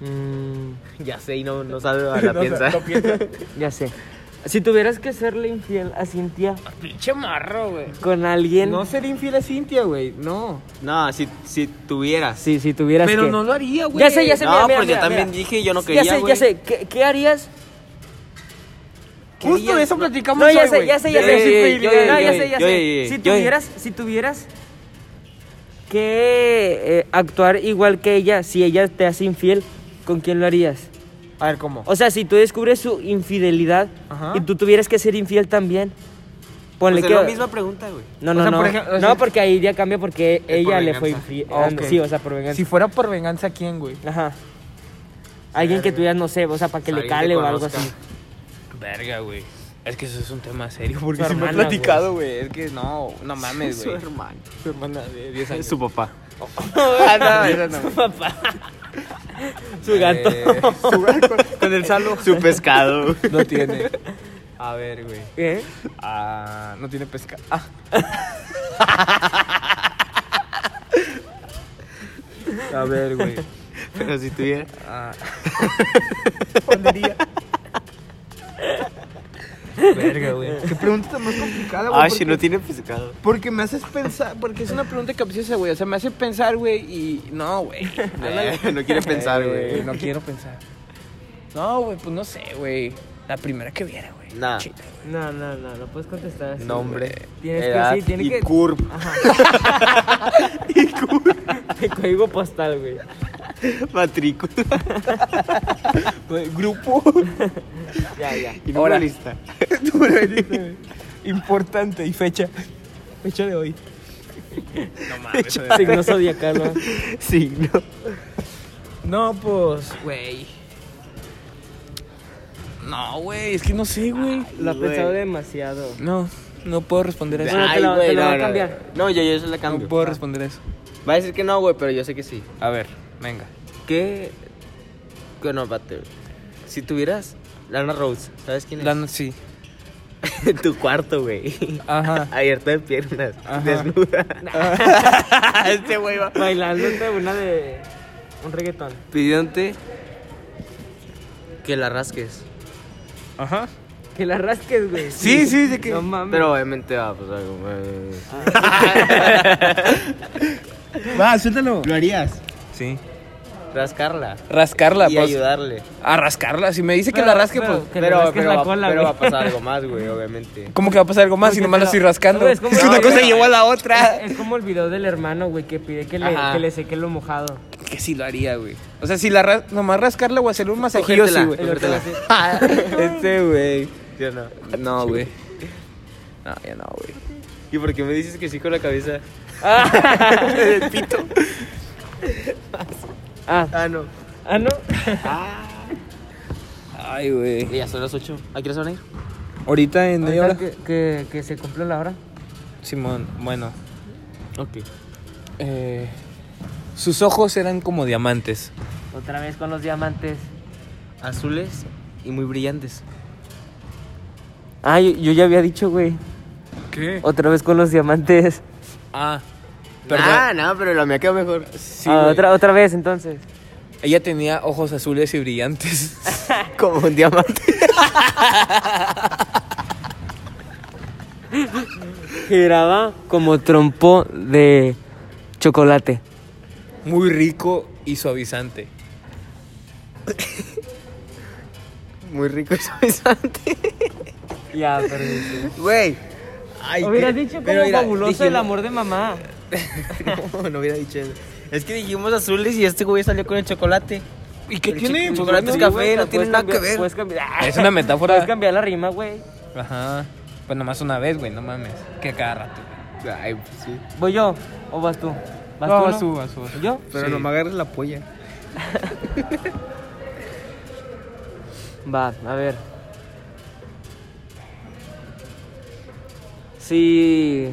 Mm, Ya sé, y no, no sabe a la piensa. ya sé. Si tuvieras que serle infiel a Cintia Pinche marro, güey. con alguien. No ser infiel a Cintia, güey. No. No, si, si tuvieras. Sí, si tuvieras Pero que. no lo haría, güey. Ya sé, ya sé. No, mira, mira, porque mira, también mira. dije yo no Ya quería, sé, güey. ya sé. ¿Qué, qué harías? Justo de eso platicamos No, ya hoy, sé, güey. ya sé, ya Yo, sé. yo, sí, yo, No, yo, yo, ya sé, ya yo, sé. yo, Si yo, yo. tuvieras, si tuvieras que eh, actuar igual que ella, si ella te hace infiel, ¿con quién lo harías? A ver, ¿cómo? O sea, si tú descubres su infidelidad Ajá. y tú tuvieras que ser infiel también, ponle Pues es que... la misma pregunta, güey. No, O no, sea, no. por ejemplo, o sea- no, porque ahí ya cambia porque ella le fue venganza. infiel. Ah, ok. Sí, o sea, por venganza. Si fuera por venganza, ¿quién, güey? Ajá. Alguien que tuvieras, no sé, o sea, para que le Alguien que cale o algo conozca. así. Verga, güey. Es que eso es un tema serio. Porque Su si me he hermana, platicado, güey. Es que no, no mames, güey. hermano. Su hermana de 10 años. Su papá. Ah, no, esa no, güey. Su gato. Eh, su gato. Con el salo. Su pescado. No tiene. A ver, güey. ¿Eh? Ah, no tiene pesca. Ah. A ver, güey. Pero si tuviera. Ah. Pondría. Ah, Verga, güey. Qué pregunta más complicada, güey. Ah, porque- si no tiene pescado. Porque me haces pensar, porque es una pregunta capciosa, güey. O sea, me hace pensar, güey, y no, güey. no quiere pensar, güey. No quiero pensar. No, güey, pues no sé, güey. La primera que viera, güey. Nah. Chile, güey. No, no, no, no puedes contestar así. Nombre. Tienes que- edad sí, tiene y que- curva. El código postal, güey. Matrícula. Güey, Grupo. Ya, ya. Y Ahora. número de lista. Importante y fecha. Fecha de hoy. No mames. Signo zodiacal, ¿no? Signo. No, pues, güey. No, güey, es que no sé, güey. Lo ha pensado demasiado. No. No puedo responder a eso. Bueno, te lo- te lo voy a cambiar. No, yo, yo se la No cambio. Ah. puedo responder a eso. Va a decir que no, güey, pero yo sé que sí. A ver, venga. ¿Qué? Bueno, espérate. Si tuvieras Lana Rhodes, ¿sabes quién es? Lana, sí. En tu cuarto, güey. Ajá. Abierto de piernas, Ajá. desnuda. este güey va. Bailándote una de. Un reggaetón. Pidiéndote que la rasques. Ajá. Que la rasques, güey. Sí, sí, de que- No mames. Pero obviamente va, pues algo. eh. Va, suéltalo. ¿Lo harías? Sí. Rascarla. Rascarla, y pues. ayudarle. A rascarla. Si me dice que Pero- la rasque, pero- pues. Que le pero rasques pero, la va, cola, pero va a güey. pasar algo más, güey, obviamente. ¿Cómo que va a pasar algo más si Porque nomás te la lo- estoy rascando? No, es como- que una no, cosa no. llevó a la otra. Es como el video del hermano, güey, que pide que le, Ajá. que le seque lo mojado. Que sí lo haría, güey. O sea, si la ras- nomás rascarla o hacerle un masajillo, sí, Cogértela, güey. cogértela. este, güey. ¿Sí o no? No, güey. No, ya no, güey. ¿Y por qué me dices que sí con la cabeza? Ah, Ah, no. ah, no. Ay, güey. Ya son las 8. ¿A qué hora se van a ir? Ahorita en media hora. Ahorita Que, que, que se cumplió la hora. Simón, bueno. Ok. eh, sus ojos eran como diamantes. Otra vez con los diamantes. Azules y muy brillantes. Ah, yo, yo ya había dicho, güey. ¿Qué? Otra vez con los diamantes. Ah, perdón. Ah, no, pero la mía quedó mejor. Sí, Ah, güey. otra, otra vez, entonces. Ella tenía ojos azules y brillantes. Como un diamante. Giraba como trompo de chocolate. Muy rico y suavizante. Muy rico y suavizante. Ya, perdiste. Güey. Ay, Hubieras qué- dicho como pero mira, fabuloso el dijimos- amor de mamá. No, no hubiera dicho eso. Es que dijimos azules y este güey salió con el chocolate. ¿Y qué El tiene? chocolate Chocolate es es café, café. Pues no pues Puedes tiene nada cambiar- que ver. Puedes cambiar, Es una puedes metáfora. cambiar la rima, güey. Ajá. Pues nomás una vez, güey, no mames. Que a cada rato. güey. Ay, pues sí. ¿Voy yo o vas tú? ¿Vas No, tú, vas tú, vas tú, vas tú. ¿Yo? Pero Sí. no me agarres la polla. Va, a ver. Sí.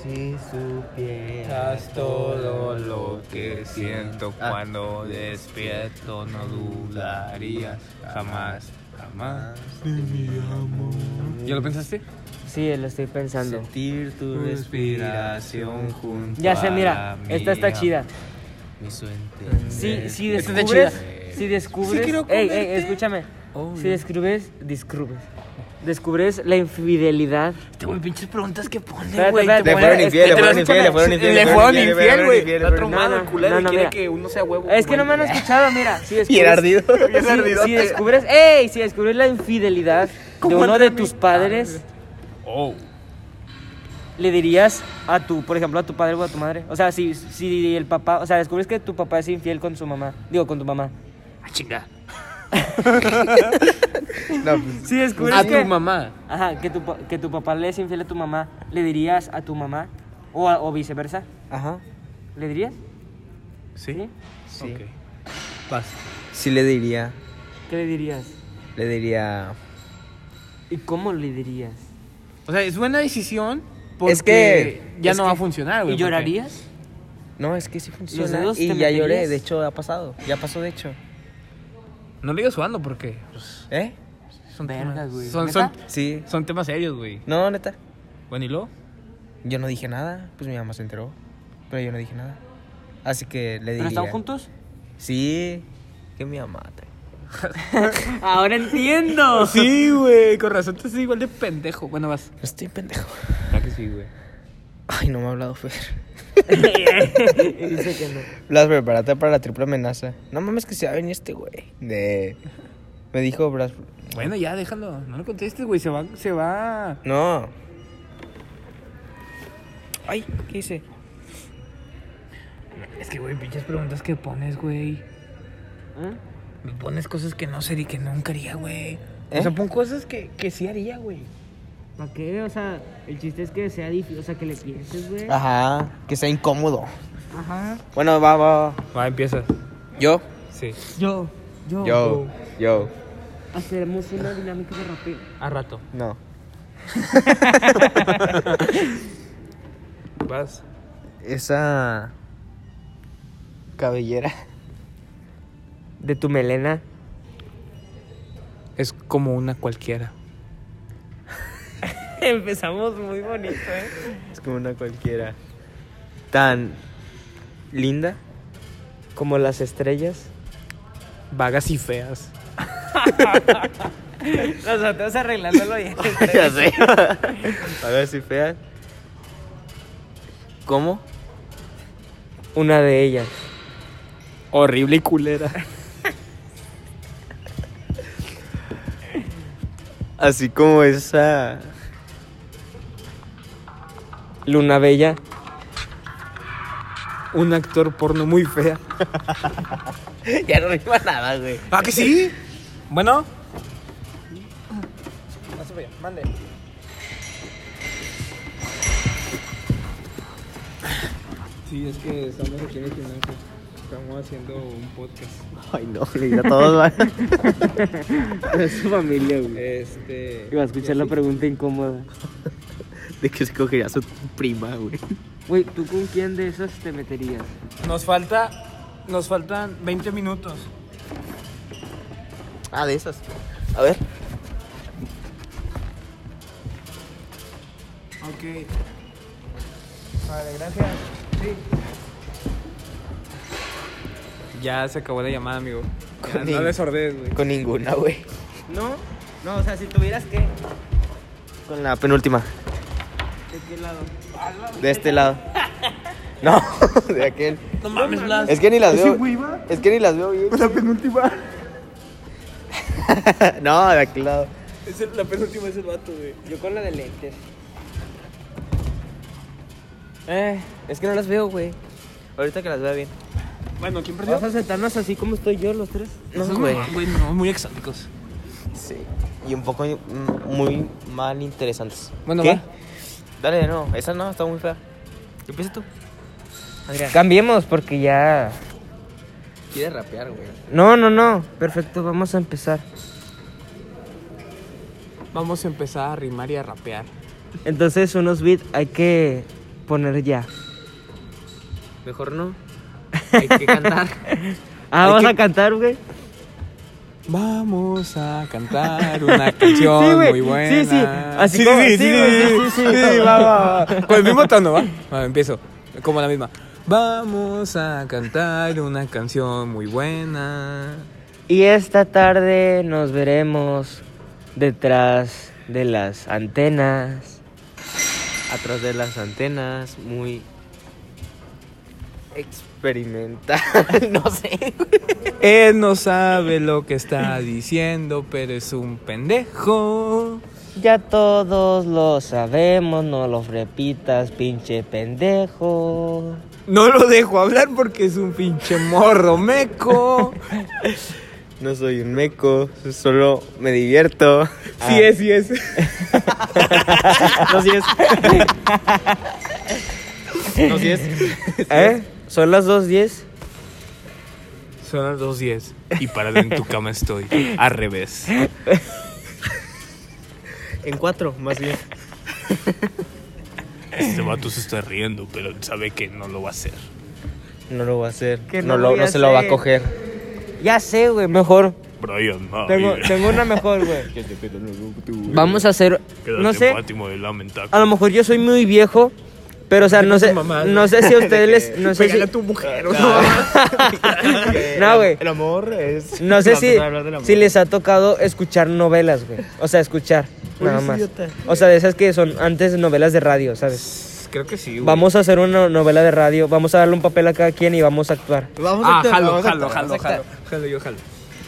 Si supieras Haz todo lo que siento cuando despierto, no dudarías jamás, jamás. ¿Ya lo pensaste? Sí, lo estoy pensando. sentir tu Respiración junto. Ya sé, a mira, la esta está mía. chida. Mi suerte. Si, si Esta está descubres, chida. si descubres, Sí quiero Ey, ey, comerte. escúchame. Oh, si no. descubres, descubres, descubres la infidelidad. Este güey, pinches preguntas que pone, Espérate, güey. espérate, Le Te fueron pone- pone- infiel, le te lo fueron hace infiel, le fueron infiel. Le fueron infiel, güey. Está traumado el culero y quiere que uno sea huevo. Es que no me han escuchado, mira. Si descubres, Y era ardido. Si- Si, descubres, ey, si descubres la infidelidad de ¿Cómo uno anda de mi- tus padres, Oh. le dirías a tu, por ejemplo, a tu padre o a tu madre. O sea, si, si el papá, o sea, descubres que tu papá es infiel con su mamá, digo, con tu mamá. A Ah, chinga. No, pues, Si descubres A que, tu mamá. Ajá, que tu, pa- que tu papá le es infiel a tu mamá, ¿le dirías a tu mamá? ¿O, a- o viceversa? Ajá. ¿Le dirías? Sí. Sí. Ok. Sí le diría, ¿Qué le dirías? le diría... ¿Y cómo le dirías? O sea, es buena decisión. Porque Es que- ya es no que- va a funcionar, Ah, güey. ¿Y porque- llorarías? No, es que sí funciona. dedos Y te ya lloré, meterías? de hecho ha pasado. Ya pasó, de hecho. No le digas jugando porque pues, ¿Eh? son Verga, temas- güey. Son, son, ¿Neta? Sí. son temas serios, güey. No, neta. Bueno, ¿y luego? Yo no dije nada, pues mi mamá se enteró. Pero yo no dije nada. Así que le diría. ¿Pero están juntos? Sí. Que mi mamá. te- Ahora entiendo. Sí, güey. Con razón te estoy igual de pendejo. Bueno, vas. No estoy pendejo. Claro que sí, güey. Ay, no me ha hablado Fer. Dice que no. Blas, prepárate para la triple amenaza. No mames que se va a venir este güey. De... Me dijo Blas... Bueno, ya, déjalo. No lo contestes, güey. Se va, se va. No. Ay, ¿qué hice? Es que, güey, pinches preguntas que pones, güey. ¿Eh? Me pones cosas que no sé y que nunca haría, güey. ¿Eh? O sea, pon cosas que, que sí haría, güey. ¿Para qué? O sea, el chiste es que sea difícil, o sea, que le pienses, güey. Ajá, que sea incómodo. Ajá. Bueno, va, va, va. Va, empiezas. Yo. Ah, Sí. Yo, yo, Yo. Yo. hacemos una dinámica de rapeo. A rato. No. Vas. Esa cabellera. De tu melena. Es como una cualquiera. Empezamos muy bonito, ¿eh? Es como una cualquiera. Tan linda. Como las estrellas. Vagas y feas. Nosotros arreglándolo bien. ya sé. A ver si fea. ¿Cómo? Una de ellas. Horrible y culera. Así como esa. Luna Bella. Un actor porno muy fea. ya no rima nada, güey. ¿Ah, que sí? Bueno. Mande. Sí, es que estamos aquí en el gimnasio. Estamos haciendo un podcast. Ay, no, güey, ya todos van. su familia, güey. Este. Iba a escuchar la pregunta incómoda. De que se cogería su prima, güey. Güey, ¿tú con quién de esas te meterías? Nos falta. Nos faltan 20 minutos. Ah, de esas. A ver. Ok. Vale, gracias. Sí. Ya se acabó la llamada, amigo. Ya, Con no el- desordes, güey. Con ninguna, güey. No, no, o sea, si tuvieras que. Con la penúltima. ¿De qué lado? De este lado. No, de aquel. No mames, Blas. Es que ni las veo. Es que ni las veo bien. La penúltima. no, de aquel lado. Es el- la penúltima es el vato, güey. Yo con la de lentes. Eh, es que no las veo, güey. Ahorita que las vea bien. Bueno, ¿quién perdió? ¿Vas a sentarnos así como estoy yo los tres? No, güey. Güey, no, muy exóticos. Sí. Y un poco mm, muy mal interesantes. Bueno, ¿Qué? va. Dale, no. Esa no, está muy fea. Empieza tú. Cambiemos porque ya. Quieres rapear, güey. No, no, no. Perfecto, vamos a empezar. Vamos a empezar a rimar y a rapear. Entonces, unos beats hay que poner ya. Mejor no. Hay que cantar. Ah, vamos a cantar, güey. Vamos a cantar una canción güey. muy buena. Sí, sí. Así como- sí, güey, sí, sí, sí. va, va, va. Con el mismo tono, va. Va, empiezo. Como la misma. Vamos a cantar una canción muy buena. Y esta tarde nos veremos detrás de las antenas. Atrás de las antenas, muy experimental. no sé. Él no sabe lo que está diciendo, pero es un pendejo. Ya todos lo sabemos, no lo repitas, pinche pendejo. No lo dejo hablar porque es un pinche morro meco. No soy un meco, solo me divierto. Ah. Sí es, sí es. No, si es. no, si es. ¿Eh? ¿Son las 2.10? Son las 2.10 y parado en tu cama estoy. Al revés. En cuatro, más bien. Este vato se está riendo, pero sabe que no lo va a hacer. No lo va a hacer. Que no no lo, voy a no se lo va a hacer. coger. Ya sé, güey, mejor. Brian, Tengo, tengo una mejor, güey. Vamos a hacer, no sé, del lamentáculo. a lo mejor yo soy muy viejo, pero o sea, no sé, no sé si a ustedes les, no sé si, mujer, No, güey. El amor es. no sé Vamos si, a hablar del amor. si les ha tocado escuchar novelas, güey. O sea, escuchar, nada más. O sea, de esas que son antes novelas de radio, ¿sabes? Creo que sí, güey. Vamos a hacer una novela de radio, vamos a darle un papel a cada quien y vamos a actuar. Vamos Ah, actuar, jalo, vamos a jalo, actuar, jalo, vamos a jalo. Jalo, yo jalo.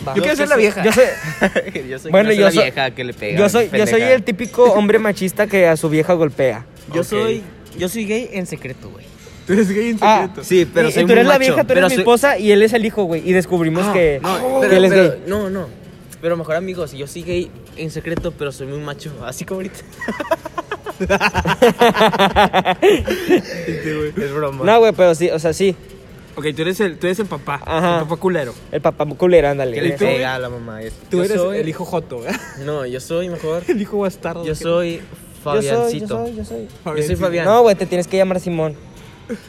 Va. Yo quiero ser la vieja. Yo soy, actuar. yo soy, Bueno, yo soy yo la soy- vieja que le pega. yo soy, yo soy pendeja. el típico hombre machista que a su vieja golpea. Yo Ok. soy. Yo soy gay en secreto, güey. Tú eres gay en Ah, secreto. Sí, pero y, soy y tú eres muy la macho, vieja, tú pero eres mi soy- Ah, esposa y él es el hijo, güey. Y descubrimos que, No, que pero, él es pero- gay. no, no. Pero mejor amigos, yo soy gay en secreto, pero soy muy macho, así como ahorita. es broma. No, güey, pero sí, o sea, sí. Ok, tú eres el, tú eres el papá. Ajá. El papá culero. El papá culero, ándale. ¿Y Le tú? Eh, pega a ah, la mamá. es- Tú Yo eres soy- el hijo Joto, ¿eh? No, yo soy mejor. El hijo bastardo. Yo soy Yo soy, Fabiancito. yo soy, yo soy. Yo soy Fabián. No, güey, te tienes que llamar Simón.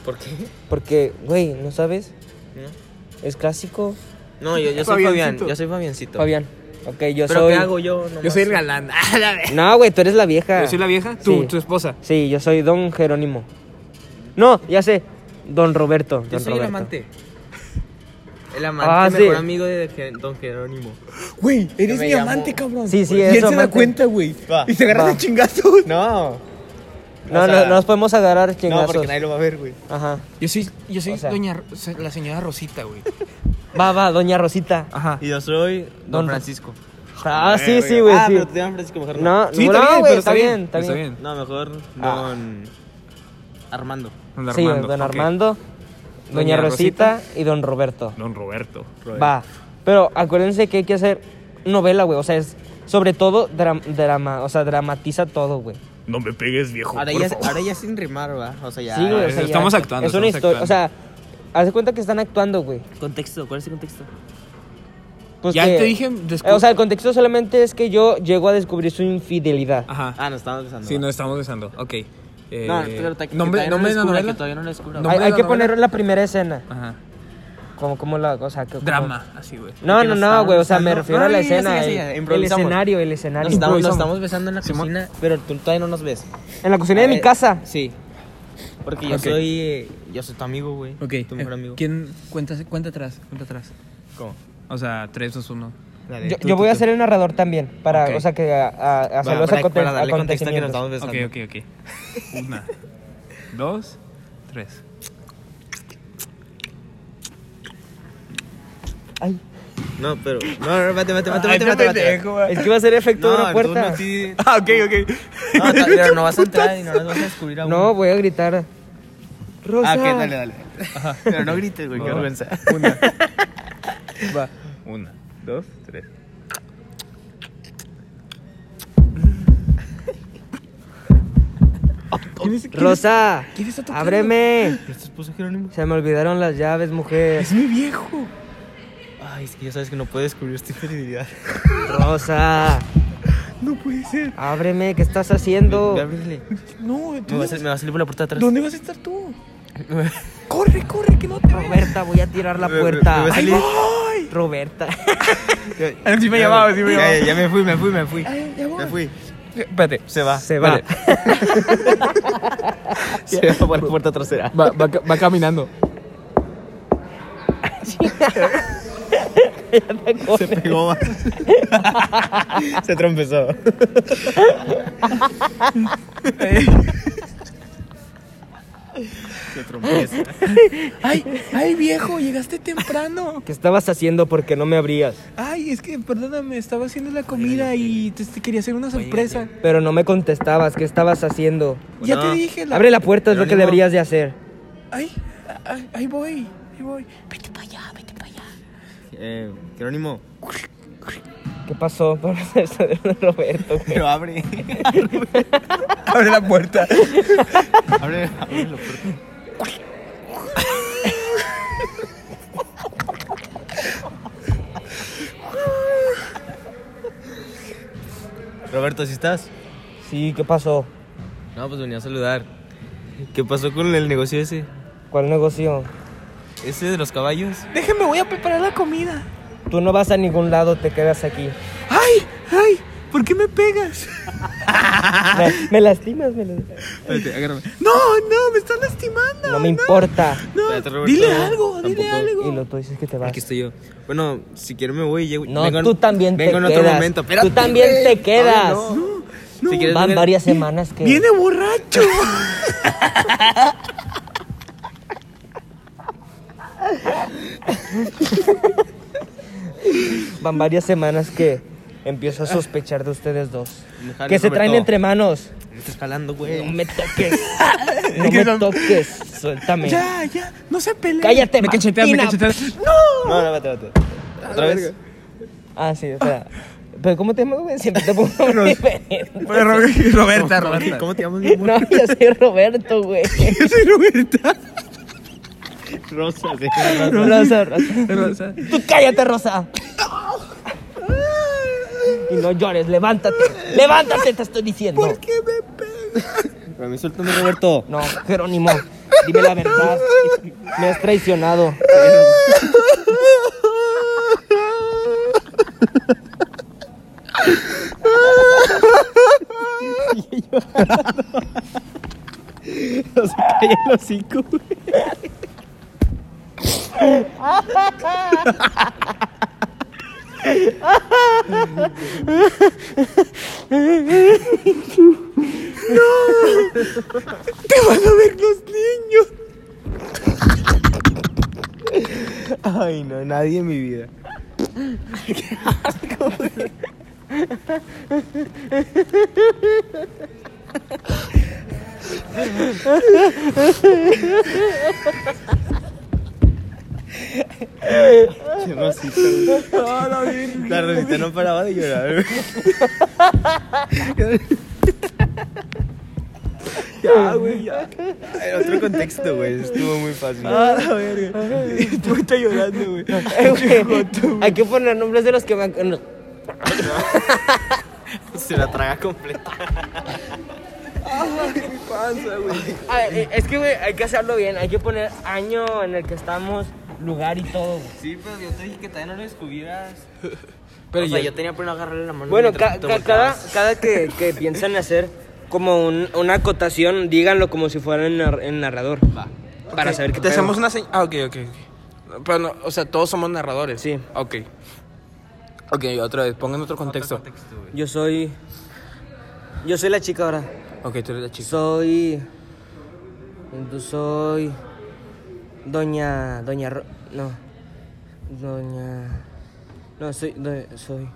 ¿Por qué? Porque, güey, ¿no sabes? No. Es clásico. No, yo, yo soy Fabián. Fabiancito. Yo soy Fabiancito. Fabián. Ok, yo ¿Pero soy. qué hago yo? nomás? Yo soy el galán. Ah, la ve- No, güey, tú eres la vieja. ¿Yo soy la vieja? Tú, Sí. tu esposa. Sí, yo soy Don Jerónimo. No, ya sé. Don Roberto. Yo don soy el Roberto. amante. El Ah, amante, mejor sí. amigo de Ge- Don Jerónimo. Güey, eres me mi llamo- amante, cabrón. Sí, sí, Y es él su se da amante. cuenta, güey. Va, Y se agarran va. de chingazos. No. No, O no, sea, no nos podemos agarrar chingazos. lo va a ver, güey. Ajá. Yo soy, yo soy O sea- doña Ro- o sea, la señora Rosita, güey. Va, va, doña Rosita. Ajá. Y yo soy Don, Don- Francisco. Ah, sí, sí, güey, Ah, sí. pero te llaman Francisco mejor. No, Sí, no, está bien, güey, pero está bien, está bien. No, mejor Ah. Don Armando. Don Sí, Armando, don ok. Armando, Doña doña Rosita, y don Roberto. Don Roberto. Va. Pero acuérdense que hay que hacer novela, güey. O sea, es sobre todo dra- drama, o sea, dramatiza todo, güey. No me pegues, viejo. Oh, Ahora por ya, favor. ahora ya sin rimar, va. O sea, ya. Sí, güey. o sea, estamos ya- actuando, Es una estamos historia, o sea, hace cuenta que están actuando, güey. Contexto, ¿cuál es el contexto? Pues ya que- te dije. eh, O sea, el contexto solamente es que yo llego a descubrir su infidelidad. Ajá. Ah, no, estamos pensando. Sí, va. no estamos besando. Ok. Eh, No, pero te- que nombre, nombre de todavía la no lo descubra, novela. que todavía no lo descubra. No. Hay, Nombre hay de que la poner la primera escena. Ajá. Como, como la, o sea, que, como- Drama, así, güey. No, Porque no, nos no, estábamos güey. O sea, me besando. refiero No, a la ya, ya, escena. ya, el- ya, el improvisamos. escenario, el Nos escenario. Pues, estamos, nos Improvisamos. estamos besando en la Simón. cocina, pero tú todavía no nos ves. En la cocina de A mi ver, casa. Sí. Porque yo Ok. soy. eh, yo soy tu amigo, güey. Ok. eh, Tu mejor amigo. ¿Quién? Cuenta, cuenta atrás, cuenta atrás. ¿Cómo? O sea, 3, 2, 1. Dale, Yo, tú, yo tú, voy a tú. ser el narrador también, para, Ok. o sea, que a, a, Ah, a Va, hacer los para, aconte- para darle contexto que nos acontecimientos. estamos besando. Ok, ok, ok. Una, dos, tres. Ay, No, pero. No, no, no, mate, mate, mate, mate, mate, mate. es que va a ser efecto de una No, tú puerta. no, sí. Ah, ok, ok. No, ta- pero no vas a entrar y no nos vas a descubrir aún. No, voy a gritar. Rosa. Ah, ok, dale, dale. Pero no grites, güey, qué Va. vergüenza. Una. Va. Una, dos, tres. Rosa, ábreme. ¿Qué te puso Jerónimo? Se me olvidaron las llaves, mujer. Es mi viejo. Ay, es que ya sabes que no puedo descubrir esta infidelidad. Rosa, No puede ser. ábreme, ¿qué estás Ve, haciendo? ábrele. No, Me tú. va a sal- me va a salir por la puerta de atrás. ¿Dónde vas a estar tú? corre, corre, que no te vean. Roberta, voy a tirar la Me- me- puerta. me va a Ay, salir. ¡Ay! Roberta. Ya- Ah, Sí me llamaba, sí me Ya, llamaba. Ya, ya me fui, me fui, me fui. Ay, ya voy. Me fui. Espérate. Se va. Se va. Vale. Se va por la puerta trasera. Va, va, ca- va caminando. Se pegó más. Se trompezó. Se trompezó. Ay, ay, viejo, llegaste temprano. ¿Qué estabas haciendo porque no me abrías? Ay, es que perdóname, estaba haciendo la comida y te, te quería hacer una sorpresa. Pero no me contestabas, ¿qué estabas haciendo? Ya te Bueno, dije la. Abre la puerta, es lo que Jerónimo. deberías de hacer. Ay, ay, ahí voy, ahí voy. Eh, Jerónimo. ¿Qué pasó por hacer de Roberto? güey? Pero abre. Abre la puerta. Abre, abre la puerta. Roberto, ¿sí estás? Sí, ¿qué pasó? No, pues venía a saludar. ¿Qué pasó con el negocio ese? ¿Cuál negocio? ¿Ese de los caballos? Déjeme, voy a preparar la comida. Tú no vas a ningún lado, te quedas aquí. Ay, ay, ¿por qué me pegas? Me, me lastimas, me lastimas. Espérate, agárrame. No, no, me estás lastimando. No me importa. No, Espérate, Roberto, dile algo, dile tampoco. algo. Y lo tú dices que te vas. Aquí estoy yo. Bueno, si quiero me voy. Llego, No, vengo en- tú también te vengo quedas. en otro momento. Espérate, tú también güey. te quedas. Todavía no. No, Si quieres, Van ven- varias semanas que... Viene borracho. Van varias semanas que empiezo a sospechar de ustedes dos. Me jales, Que se Roberto. traen entre manos. Me estás jalando, No güey. me toques. No me toques. Suéltame. Ya, ya, no se peleen. Cállate, me cacheteas, me Martina. cacheteas. No, no, vete, vete. ¿Otra vez? Ah, sí, o sea. Pero ¿cómo te llamas, güey? Siempre te pongo un diferente. Bueno, Ro- Roberta, Roberta. ¿Cómo te llamas, mi amor? No, yo soy Roberto, güey. Yo soy Roberta. Rosa, sí. Rosa, Rosa. Tú cállate, Rosa. Y no llores, levántate. Levántate, te estoy diciendo. A mí suéltame, Roberto. No, Jerónimo, dime la verdad. Me has traicionado. Calla el hocico, güey. Ay, no, nadie en mi vida. Qué rosita, güey. La Rosita no paraba de llorar, güey. Ya, güey, ya. Ay, Otro contexto, güey. Estuvo muy fácil. A la verga. Tú estás llorando, güey. Eh, güey, Hay que poner nombres de los que me han... Se la traga completa. A ver, eh, es que, güey, hay que hacerlo bien. Hay que poner año en el que estamos, lugar y todo. güey. Sí, pero yo te dije que todavía no lo descubrieras. Pero o sea, yo tenía pena agarrarle la mano. Bueno, mientras ca- tú ca- cada, volteabas. cada que, que piensan hacer como un- una acotación, díganlo como si fuera el, nar- el narrador. Para Ok, saber qué Te pedo. hacemos una señal. Ah, ok, ok. ok. Pero no, o sea, todos somos narradores. Sí. Ok. Ok, otra vez, pongan otro contexto. Yo soy... Yo soy la chica ahora. Ok, tú eres la chica. Soy... Yo soy... Doña... Doña... Ro- No. Doña... No, soy... do- soy...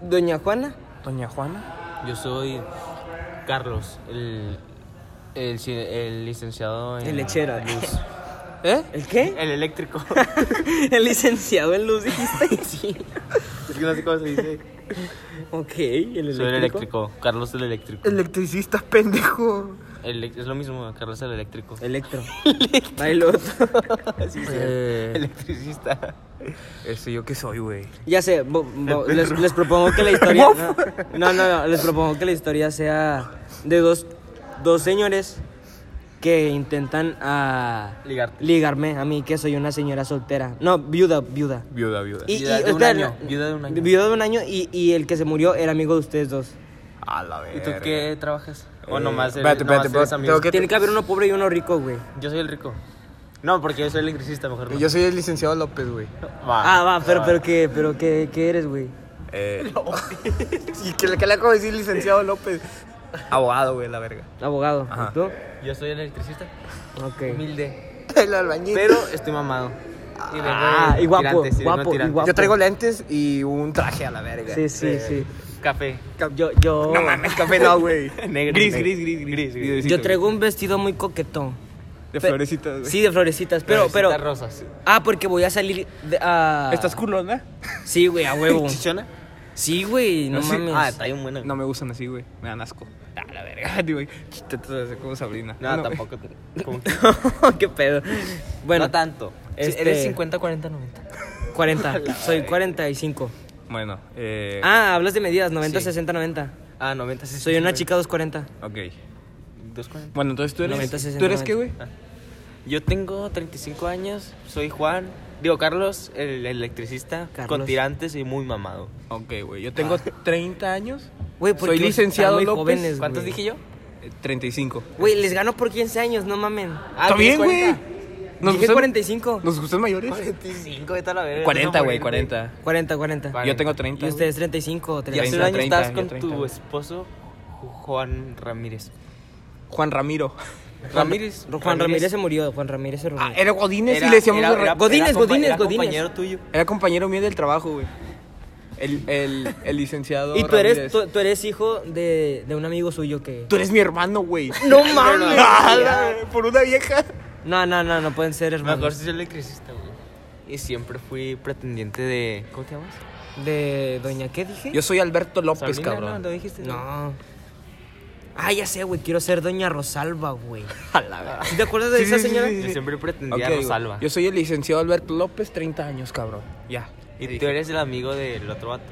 Doña Juana. Doña Juana. Yo soy Carlos, el, el, ci- el licenciado en El lechero. luz. ¿Eh? ¿El qué? El eléctrico. El licenciado en luz, dijiste. Sí. es que no sé cómo se dice. Ok, el Soy el eléctrico. eléctrico. Carlos el eléctrico. Electricistas, pendejo. El- es lo mismo, Carlos el eléctrico. Electro. Bailo. Electricista. Este, ¿yo qué soy, güey? Ya sé, bo- bo- les, les propongo que la historia. No, no, no, les propongo que la historia sea de dos, dos señores que intentan ah, Ligarte. ligarme a mí, que soy una señora soltera. No, viuda, viuda. Viuda, viuda. Y, Viuda y- de un espera, año, viuda de un año. Viuda de un año y, y el que se murió era amigo de ustedes dos. A la verga. ¿Y tú qué trabajas? O Eh, nomás eres, nomás espérate, espérate, eres espérate, amigo. tengo ¿Qué te- Tiene que haber uno pobre y uno rico, güey. Yo soy el rico. No, porque yo soy el electricista, mejor no. Yo soy el licenciado López, güey. Va. Ah, va, pero, pero, ¿qué, pero qué, qué eres, güey? Eh. ¿Y qué le qué le acabo de decir, licenciado López? Abogado, güey, la verga. Abogado. ¿Y Ajá. tú? Yo soy el electricista. Ok. Humilde. El albañil. Pero estoy mamado. Y vengo Ah, de y guapo, tirantes, vengo de guapo, tirantes. y guapo. Yo traigo lentes y un traje a la verga. Sí, sí, sí. Café. Yo, yo, No mames, café no, güey. Negro. Gris, negro. gris, gris, gris, gris. yo traigo un vestido muy coquetón. De Pe- florecitas, güey. Sí, de florecitas, pero, pero. Florecitas rosas. Ah, porque voy a salir. De, ah, ¿Estás culona? Sí, güey, a huevo. ¿Chichona? Sí, güey, no, sí. mames. Ah, trae un buen. No me gustan así, güey. Me dan asco. A la verga, digo, chistetas así como Sabrina. No, tampoco. como que- Qué pedo. Bueno, este, no tanto. Sí, Eres eres 50, 40, 90. 40. Soy 45. Bueno, eh. Ah, hablas de medidas: 90, 60, 90. Ah, 90, Soy una chica 240. Ok. 240. Bueno, entonces tú eres. 90, 60, ¿Tú eres qué, güey? Yo tengo 35 años, soy Juan. Digo, Carlos, el Ah, electricista, con Carlos. tirantes y muy mamado. Ok, güey. Yo tengo 30 años. Ah. Güey, ¿por Soy qué licenciado están muy López. jóvenes, ¿Cuántos güey? dije yo? eh, 35. Güey, les gano por 15 años, no mamen. Ah, Está bien, ¿tienes güey. 40? Nos Dije gustan- 45. ¿Nos gustan mayores? 45, vete a la Eh, verga. 40, no, güey, morirte. 40. 40, 40. Yo tengo 30. Y ustedes 35 o Y hace 30. un año 30, estabas yo con 30, tu güey. esposo, Ju- Juan Ramírez. güey. Juan Ramiro. Ramírez. Juan Ramírez se murió, Juan Ramírez se robó. Ah, era Godínez y le decíamos. era- Ra- era- Godínez, era compa- Godínez, era Godínez. compañero tuyo. Era compañero mío del trabajo, güey. El, el, el licenciado. Y tú eres, Ramírez. tú, tú eres hijo de, de un amigo suyo que... Tú eres mi hermano, güey. ¡No mames! Ala, Por una vieja. No, no, no, no pueden ser Me acuerdo hermanos. si yo electricista, güey. Y siempre fui pretendiente de. ¿Cómo te llamas? ¿De doña qué dije? Pues, Yo soy Alberto López, Sabrina, cabrón. No, lo dijiste. No. Ah, ya sé, güey, quiero ser Doña Rosalba, güey. Ah. ¿Sí ¿Te acuerdas de esa señora? Yo siempre pretendía Ok, güey. Rosalba. Yo soy el licenciado Alberto López, 30 años, cabrón. Ya. Y tú eres el amigo del otro vato.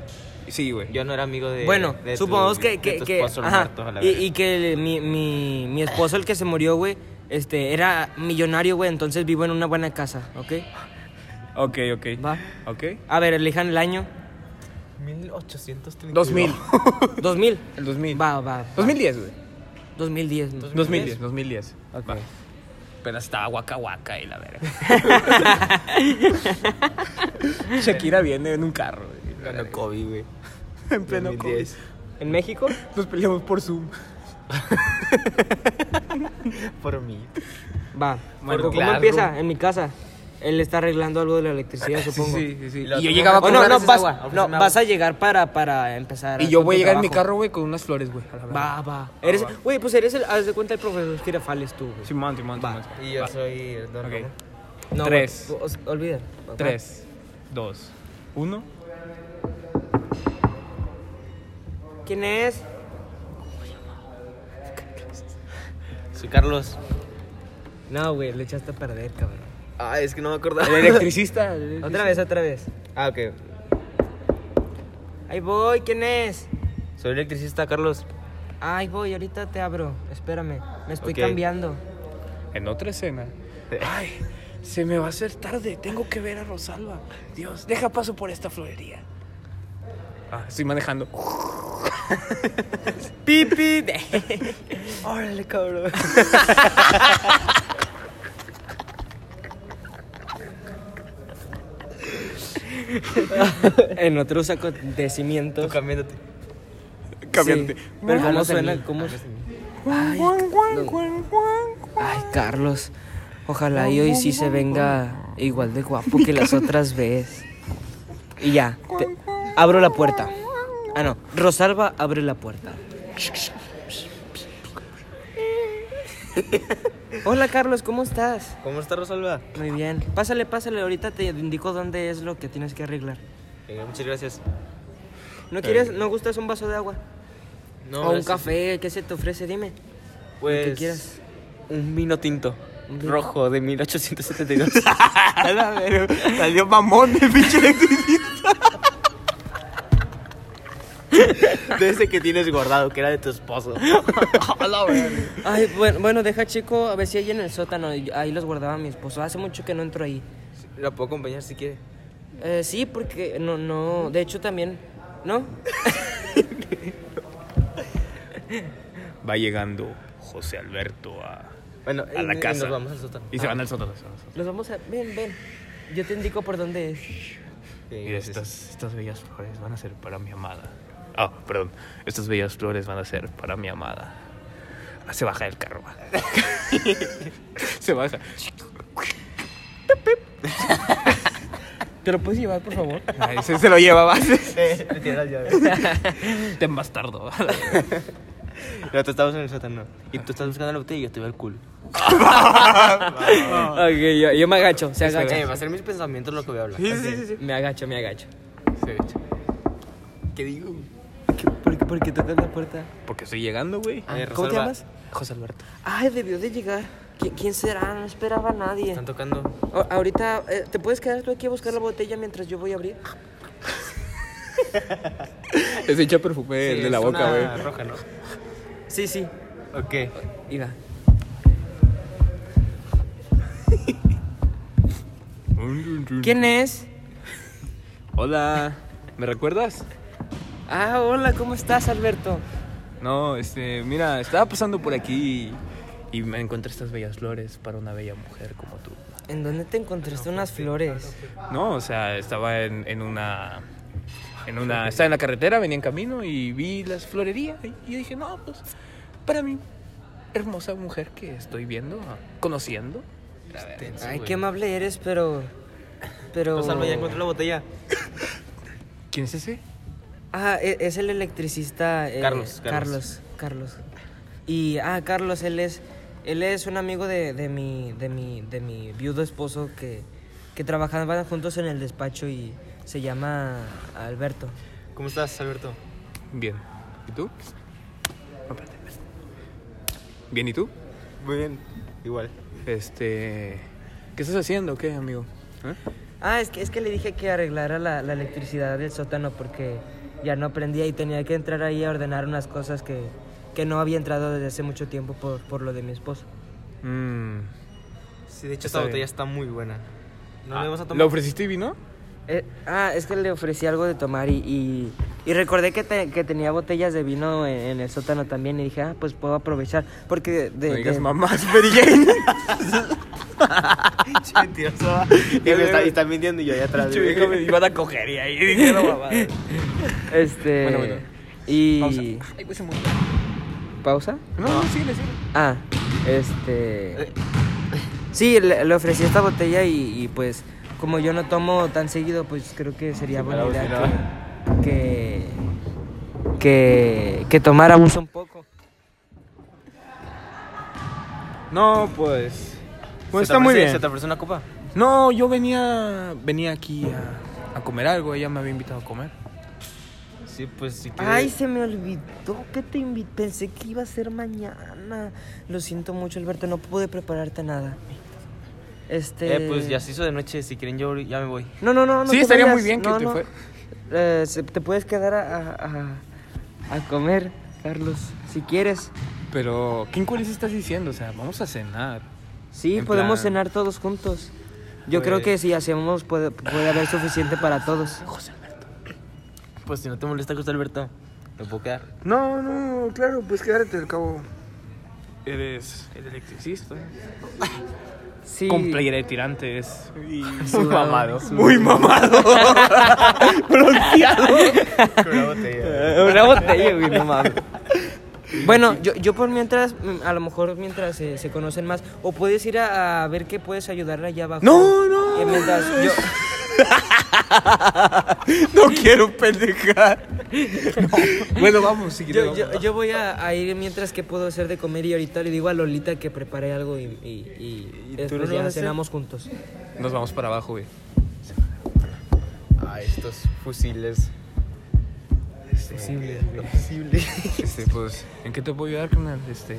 Sí, güey. Yo no era amigo de. Bueno, de tu- supongamos de que, que, tu que- esposo, el ajá, muerto, a la y, verga. y que el- mi, mi, mi esposo, el que se murió, güey, este, era millonario, güey, entonces vivo en una buena casa, ¿ok? Ok, ok. Va. Ok. A ver, elijan el año. 1832. 2000. 2000. El 2000. Va, va. 2010, güey. 2010. 2010, 2010. Ok. Pero estaba guaca guaca y la verga. Shakira viene en un carro, güey. Ganó Kobe, güey. En pleno 2010. COVID. ¿En México? Nos peleamos por Zoom. Por mí. Va. Bueno, ¿Cómo claro. empieza? En mi casa. Él está arreglando algo de la electricidad, supongo. sí, sí. Y Y yo tú, llegaba ¿cómo con Oh, no, una- no, Ofréceme vas, agua, ofréceme no, agua. vas a llegar para, para empezar. Y yo con voy a tu llegar en mi trabajo. carro, güey, con unas flores, güey. a la verga. Va, va. Eres, güey, pues eres el, haz de cuenta el profesor Girafales tú, güey. Simón, Simón, Va. Simón. Y yo soy el Don Ok. Ramón. No, Tres. güey, os- olvida. Va. 3, 2, 1. ¿Quién es? Soy Carlos. No, güey, le echaste a perder, cabrón. Ah, es que no me acordaba. El electricista. Otra vez, otra vez. Ah, ok. Ahí voy, ¿quién es? Soy electricista, Carlos. Ahí voy, ahorita te abro. Espérame, me estoy Ok. cambiando. En otra escena. Ay, se me va a hacer tarde. Tengo que ver a Rosalba. Dios, deja paso por esta florería. Ah, estoy manejando. Pipi. Órale, cabrón. en otros acontecimientos. Cambiándote. Cambiante. Sí, Pero cómo suena, cómo. Ay, Carlos. Ay, Carlos. Ojalá y hoy sí se venga igual de guapo que las otras veces. Y ya. te- abro la puerta. Ah, no. Rosalba abre la puerta. Hola, Carlos, ¿cómo estás? ¿Cómo está Rosalba? Muy bien. Pásale, pásale. Ahorita te indico dónde es lo que tienes que arreglar. Venga, Eh, muchas gracias. Eh. ¿No quieres, no gustas un vaso de agua? No, o un gracias. café, ¿qué se te ofrece? Dime. Pues. que quieras. Un vino tinto. Un vino- Rojo de 1872. Salió mamón de pinche electricista. de ese que tienes guardado, que era de tu esposo. Ay, bueno, bueno, deja chico, a ver si hay en el sótano. y- Ahí los guardaba mi esposo. Hace mucho que no entro ahí. La puedo acompañar si quiere. Eh, sí, porque no, no. De hecho, también. ¿No? Va llegando José Alberto a. Bueno, A la y- y casa. Nos vamos al sótano. Ah. Y se van al sótano. Los vamos a. Ven, ven. Yo te indico por dónde es. Sí, Y gracias. estas, estas bellas flores van a ser para mi amada. Ah, perdón. Estas bellas flores van a ser para mi amada. Ah, Se baja del carro. va. se baja. ¿Te lo puedes llevar, por favor? Ay, Ah, se, se lo llevaba. Eh, le tiré las llaves. Te bastardo. No, tú estabas en el sótano. Y tú estás buscando la botella y yo te veo el culo. Ah. ok, yo, yo me agacho, se Eh, agacha. va a ser mis pensamientos lo que voy a hablar. Me agacho, me agacho. ¿Qué digo? ¿Por, qué- por qué tocas la puerta? Porque estoy llegando, güey. Eh, Ah, ¿Cómo te Rosalba, llamas? José Alberto. Ay, debió de llegar. ¿Qui- ¿Quién será? No esperaba a nadie. Están tocando. O- ahorita, eh, ¿te puedes quedar tú aquí a buscar la botella mientras yo voy a abrir? Es hecha perfume Sí, de la es boca, una güey. roja, ¿no? Sí, sí. Ok. Iba. ¿Quién es? Hola. ¿Me recuerdas? Ah, hola, ¿cómo estás, Alberto? No, este, mira, estaba pasando por aquí y, y me encontré estas bellas flores para una bella mujer como tú. ¿En dónde te encontraste unas flores? No, o sea, estaba en, en una. En una. Estaba en la carretera, venía en camino y vi las florerías. Y yo dije, no, pues, para mi hermosa mujer que estoy viendo, ah, conociendo. Este, Ay, qué amable eres, pero... Pero... Rosalba, ya encontré la botella. ¿Quién es ese? Ah, e- es el electricista... eh, Carlos, Carlos. Carlos. Carlos. Y, ah, Carlos, él es... Él es un amigo de, de mi... De mi... De mi viudo esposo que... Que trabajaban juntos en el despacho y... Se llama Alberto. ¿Cómo estás, Alberto? Bien. ¿Y tú? Bien, ¿y tú? Muy bien, igual. Este. ¿Qué estás haciendo? ¿Qué, amigo? ¿Eh? Ah, es que, es que le dije que arreglara la, la electricidad del sótano porque ya no aprendía y tenía que entrar ahí a ordenar unas cosas que, que no había entrado desde hace mucho tiempo por, por lo de mi esposo. Mm. Sí, de hecho, Está esta botella bien. está muy buena. No Ah, le vamos a tomar. ¿La ofreciste y vino? Eh, ah, es que le ofrecí algo de tomar y, y, y recordé que, te- que tenía botellas de vino en, en el sótano también y dije, ah, pues puedo aprovechar porque de... de- No digas de- mamás, Mary Jane. Mentiroso. y, me está, y está mintiendo y yo allá atrás. Pinche vieja me iban a coger y ahí dije, no, mamá. Este... Bueno, bueno. Y... Ay, güey, se murió. ¿Pausa? No, no, síguele, síguele. Ah, Eh. este... Sí, le, le ofrecí esta botella y, y, pues como yo no tomo tan seguido, pues creo que sería buena idea que, que, que, que tomáramos un poco. No, pues. Pues ¿Se te está muy ofrece- bien. ¿Se te ofrece una copa? No, yo venía, venía aquí a, a comer algo. Ella me había invitado a comer. Sí, pues si quieres. Ay, se me olvidó que te invité. Pensé que iba a ser mañana. Lo siento mucho, Alberto. No pude prepararte nada. Este. Eh, pues ya se hizo de noche. Si quieren, yo ya me voy. No, no, no. no Sí, te estaría vayas. muy bien que No, te no. fue- Eh, se- te puedes quedar a, a- a- a comer, Carlos, si quieres. Pero, ¿qué incoherencia estás diciendo? O sea, vamos a cenar. Sí, En podemos plan- Pues cenar todos juntos. Yo creo que si hacemos puede, puede haber suficiente para todos. Pues si no te molesta, José Alberto, me puedo quedar. No, no, claro, pues quédate al cabo. Eres el electricista. Sí. Con playera de tirantes. Muy mamado. Muy mamado. eh, Una botella, güey, no mames. Bueno, yo, yo por mientras, mm, a lo mejor mientras eh, se conocen más, o puedes ir a, a ver qué puedes ayudarle allá abajo. No, no. Eh, mientras yo, No quiero pendejar. Bueno, vamos, si yo, yo- yo voy a, a ir mientras que puedo hacer de comer y ahorita le digo a Lolita que prepare algo y, y- y después ya cenamos juntos. Nos vamos para abajo, güey. Ah, estos fusiles. Este, pues, ¿en qué te puedo ayudar, carnal? Este,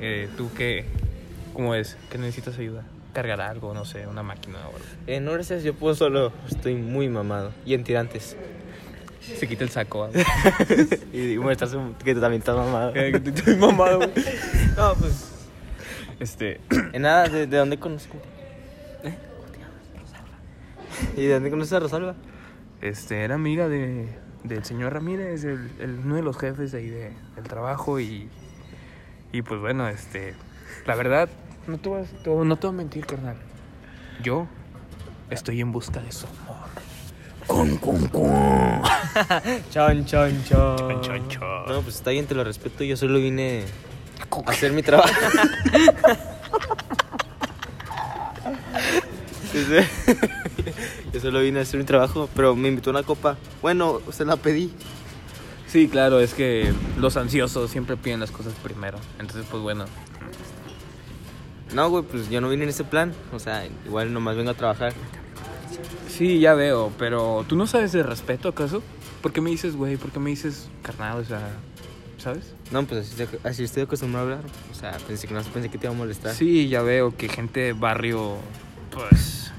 eh, ¿tú qué? ¿Cómo es? ¿Qué necesitas ayuda? Cargar algo, no sé, una máquina o algo. Eh, no, gracias, yo puedo solo. Estoy muy mamado. Y en tirantes. Se quita el saco. ¿ah? Y digo, estás, que tú también estás mamado. Estoy mamado. güey. No, pues. Este, Eh, nada, ¿de, de dónde conozco? ¿Eh? ¿Y de dónde conoces a Rosalba? este, era amiga de, del señor Ramírez, el, el- uno de los jefes ahí de, del trabajo y, y pues bueno, este, la verdad, no te, vas, te- no te voy a mentir, carnal. Yo estoy en busca de su amor. Chon, chon, chon. No, pues está bien, te lo respeto. Yo solo vine a hacer mi trabajo. Sí, sí. Yo solo vine a hacer mi trabajo, pero me invitó una copa. Bueno, se la pedí. Sí, claro, es que los ansiosos siempre piden las cosas primero. Entonces, pues bueno. No, güey, pues yo no vine en ese plan. O sea, igual nomás vengo a trabajar. Sí, ya veo, pero ¿tú no sabes de respeto acaso? ¿Por qué me dices, güey? ¿Por qué me dices carnal? O sea, ¿sabes? No, pues así, estoy- así estoy acostumbrado a hablar. O sea, pensé que no pensé que te iba a molestar. Sí, ya veo que gente de barrio, pues...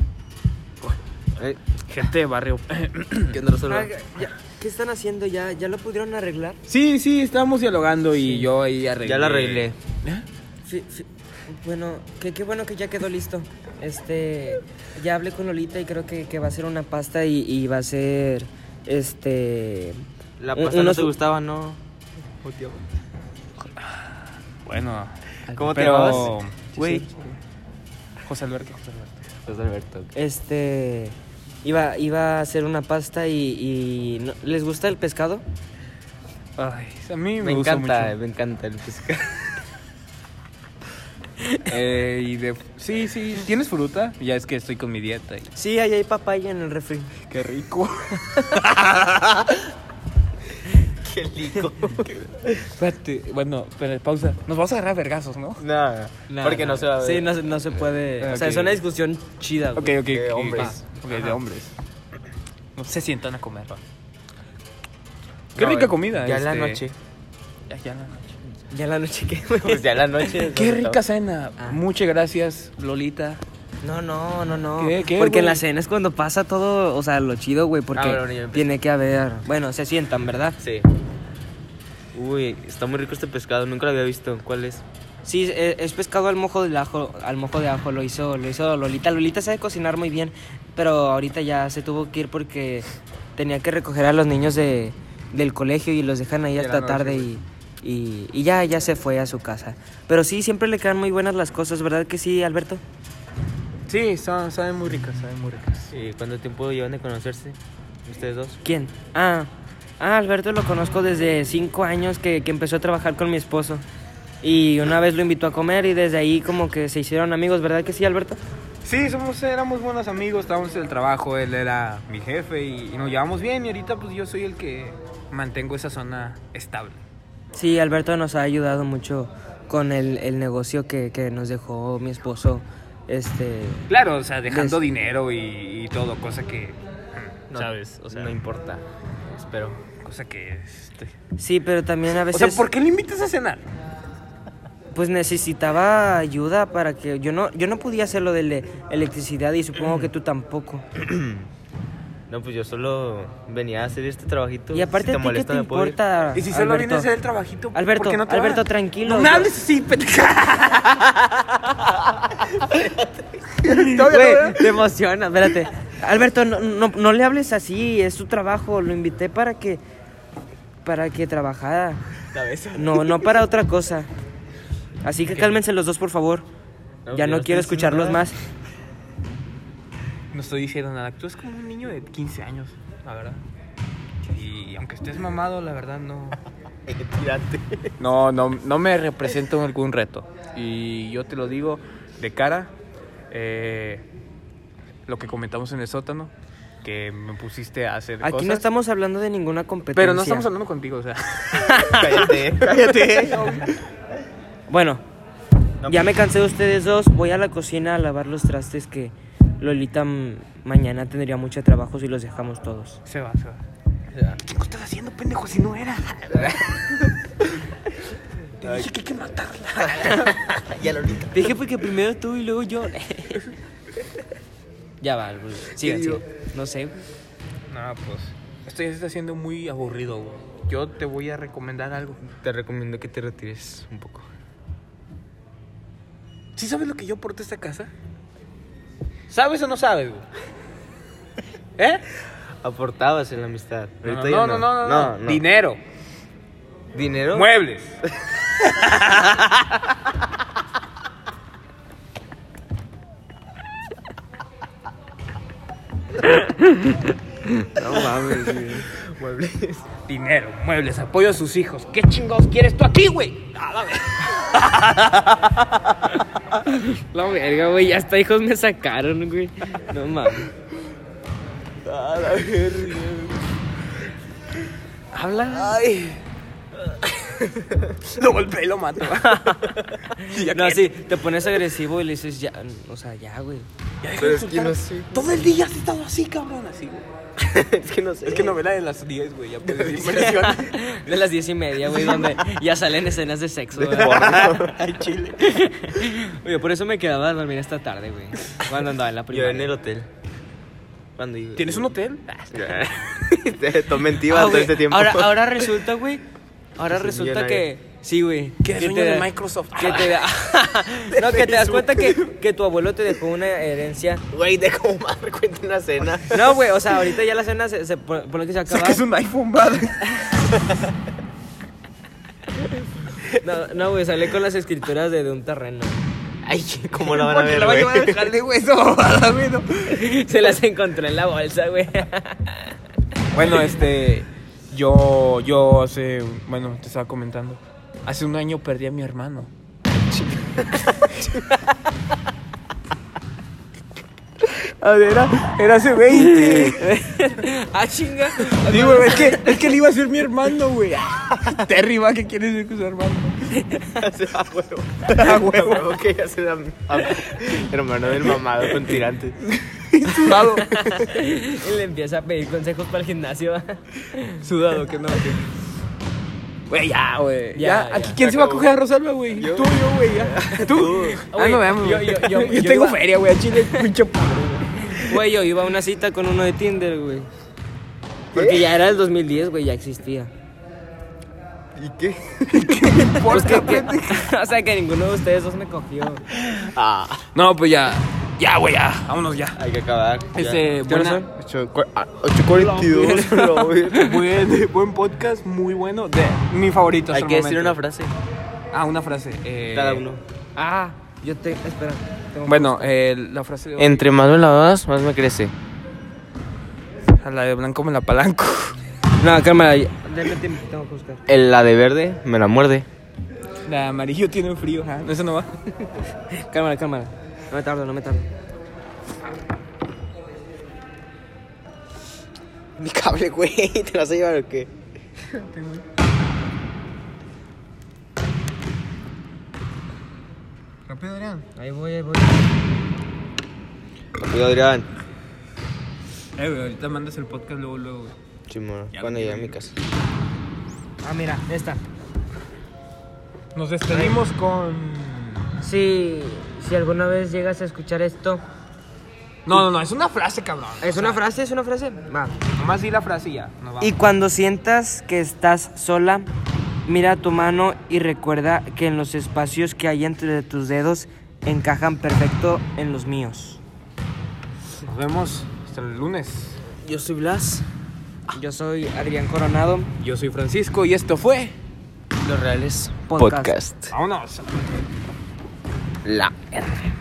Eh, Gente de barrio... ¿Qué onda, Rosalba? Ah, ¿Qué están haciendo? ¿Ya, ¿Ya lo pudieron arreglar? Sí, sí, estábamos dialogando y yo ahí arreglé. Ya la arreglé. ¿Eh? Sí, sí. Bueno, que- qué bueno que ya quedó listo. Este, ya hablé con Lolita y creo que, que va a ser una pasta y, y va a ser, este... La un- pasta no unos- te gustaba, ¿no? Bueno. ¿Cómo te pero- llamabas? Güey. José Alberto, José Alberto. Pues Alberto. Este, iba, iba a hacer una pasta y... y no- ¿Les gusta el pescado? Ay, a mí me, Me gusta encanta, eh, mucho. me encanta el pescado. Eh, y de... Sí, sí. ¿Tienes fruta? Ya es que estoy con mi dieta. y- Sí, ahí hay papaya en el refri. Qué rico. Qué lico. Espérate, bueno, pero pausa. Nos vamos a agarrar a vergazos, ¿no? Nada, porque no se va a ver. Sí, no, se- no se puede... O sea, es Ok. una discusión chida, güey. Ok, ok. De ok, hombres. va. Ok, de hombres. No se sientan a comer. va. No, Qué rica eh, comida. Ya en la este. noche. Ya, ya en la noche. Ya la noche que, güey. Pues ya en la noche. Qué rica cena. Ah. Muchas gracias, Lolita. No, no, no, no. ¿Qué, qué, porque en güey? la cena es cuando pasa todo, o sea, lo chido, güey, porque Ah, bueno, ya empecé. tiene que haber. Bueno, se sientan, ¿verdad? Sí. Uy, está muy rico este pescado, nunca lo había visto. ¿Cuál es? Sí, es- es pescado al mojo de ajo, al mojo de ajo lo hizo, lo hizo Lolita. Lolita sabe cocinar muy bien, pero ahorita ya se tuvo que ir porque tenía que recoger a los niños de, del colegio y los dejan ahí hasta tarde y, y, y ya, ya se fue a su casa. Pero sí, siempre le quedan muy buenas las cosas, ¿verdad que sí, Alberto? Sí, son- saben muy ricas, saben muy ricas. ¿Y cuánto tiempo llevan de conocerse? ¿Ustedes dos? ¿Quién? Ah, ah, Alberto lo conozco desde cinco años que, que empezó a trabajar con mi esposo. Y una vez lo invitó a comer y desde ahí como que se hicieron amigos, ¿verdad que sí, Alberto? Sí, somos, éramos buenos amigos, estábamos en el trabajo, él era mi jefe y, y nos llevamos bien y ahorita pues yo soy el que mantengo esa zona estable. Sí, Alberto nos ha ayudado mucho con el, el negocio que, que nos dejó mi esposo. Este, Claro, o sea, dejando Des- dinero y, y todo, cosa que... mm, ¿Sabes? O sea, No importa. Espero. cosa que... este- sí, pero también a O veces sea, ¿por qué le invitas a cenar? pues necesitaba ayuda para que yo no yo no podía hacer lo de la electricidad y Mm. supongo que tú tampoco. No, pues yo solo venía a hacer este trabajito. Y si aparte a te ti, qué molesta, te me puedo ir. importa. Y si solo Alberto? vienes a hacer el trabajito, Alberto, ¿por qué no te Alberto, vas? tranquilo. No me hables así, pendeja. Güey, te emociona, espérate. Alberto, no, no, no le hables así, es su trabajo, lo invité para que para que trabajara. No, no para otra cosa. Así que cálmense los dos, por favor. No, ya yo no no quiero estoy diciendo escucharlos nada. más. No estoy diciendo nada, tú eres como un niño de 15 años, la verdad. Y aunque estés mamado, la verdad no... No, no, no me represento en algún reto. Y yo te lo digo de cara. eh, lo que comentamos en el sótano, que me pusiste a hacer Aquí no cosas. estamos hablando de ninguna competencia. Pero no estamos hablando contigo, o sea. Cállate, cállate. Bueno, No, ya me cansé de ustedes dos. Voy a la cocina a lavar los trastes que Lolita mm, mañana tendría mucho trabajo si los dejamos todos. Se va, se va. ¿Qué estás haciendo, pendejo, si no era? Te dije que hay que matarla. Dije porque primero tú y luego yo. ya va, güey. sigan, sigan. No sé. güey. No, pues. Esto ya se está haciendo muy aburrido, güey. Yo te voy a recomendar algo. Te recomiendo que te retires un poco. ¿Sí sabes lo que yo porté esta casa? ¿Sabes o no sabes, güey? ¿Eh? Aportabas en la amistad. No, Ahorita ya no, no, no, no, no. Dinero. Dinero. ¿Dinero? Muebles. No mames, güey. Muebles. Dinero, muebles, apoyo a sus hijos. ¿Qué chingados quieres tú aquí, güey? La verga, güey, ya hasta hijos me sacaron, güey. No mames. Habla. Lo golpeé y lo mato. No, sí, te pones agresivo y le dices ya, o sea, ya, güey. Pero es que no sé. Todo el día has estado así, cabrón, así, güey. es que no sé. Es que novela de las 10, güey, ya puedes decir De las diez y media, güey, donde ya salen escenas de sexo. güey. Ay, chile. Oye, por eso me quedaba a dormir esta tarde, güey. Cuando andaba en la Yo primera. en el hotel. Cuando iba- ¿Tienes un hotel? Te tomé en tiba todo este tiempo. Ah, Ahora, ahora resulta, güey. Ahora Soy resulta que. millonario. Sí, güey. Que eres dueño te de da- Microsoft. Que te da- no, que te das cuenta que, que tu abuelo te dejó una herencia. Güey, de cómo madre cuenta una cena. No, güey, o sea, ahorita ya la cena se, se por, por lo que se acaba. un iPhone, padre. No, no, güey, sale con las escrituras de, de un terreno. Ay, ¿cómo la van a ver, la va a güey? llevar al jale, güey, esa bobada, güey, no. Se las encontré en la bolsa, güey. Bueno, este. Yo, yo hace. Bueno, te estaba comentando. Hace un año perdí a mi hermano. A ver, era, era hace 20. ah, chinga. Sí, güey, es que, es que le iba a ser mi hermano, güey. Terry, va, ¿qué quiere decir con su hermano? A huevo. A A huevo. Ah, huevo que ya se da. a- Hermano del mamado con tirantes. Sudado. Y le empieza a pedir consejos para el gimnasio. Sudado, que no. Güey, ya, güey. Ya, Ya, aquí ya. quién se va a coger a Rosalba, güey. Tú, yo, güey, ya. Tú. Ah, no, vamos. yo- yo- yo- yo tengo iba- feria, güey, a Chile, pinche pobre. Güey, yo iba a una cita con uno de Tinder, güey. Porque ya era el 2010, güey, ya existía. ¿Y qué? Pues que- que- o sea, que ninguno de ustedes dos me cogió. No, pues ya. Ya, güey, ya. Ah, Vámonos ya. Hay que acabar. Este, buena, ah, 8.42. buen, buen podcast, muy bueno. De mi favorito. hasta Hay el que decir momento. una frase. Ah, una frase. eh, Cada uno. Ah, yo te... Espera. tengo- Bueno, eh, la frase de hoy, Entre más me la das, más me crece. a la de blanco me la palanco. No, cámara. ya- Denme tiempo, tengo que buscar. el- La de verde me la muerde. La de amarillo tiene frío. ¿ah? No, eso no va. Cámara, cámara. No me tardo, no me tardo. Mi cable, güey. ¿Te vas a llevar o qué? Ahí voy, ahí voy. Rápido, Adrián. Eh, güey, ahorita mandas el podcast luego, luego. güey. Chimón, cuando llegue a mi casa. Ah, mira, esta. Nos despedimos con. Si, si alguna vez llegas a escuchar esto... No, no, no, es una frase, cabrón. Eh, ¿Es una frase? ¿Es una frase? Va. Nomás di la frase y ya. Nos vamos. Y cuando sientas que estás sola, mira a tu mano y recuerda que en los espacios que hay entre tus dedos encajan perfecto en los míos. Nos vemos hasta el lunes. Yo soy Blas. Yo soy Adrián Coronado. Yo soy Francisco y esto fue. Los reales. Podcast. Vámonos. La Vámonos.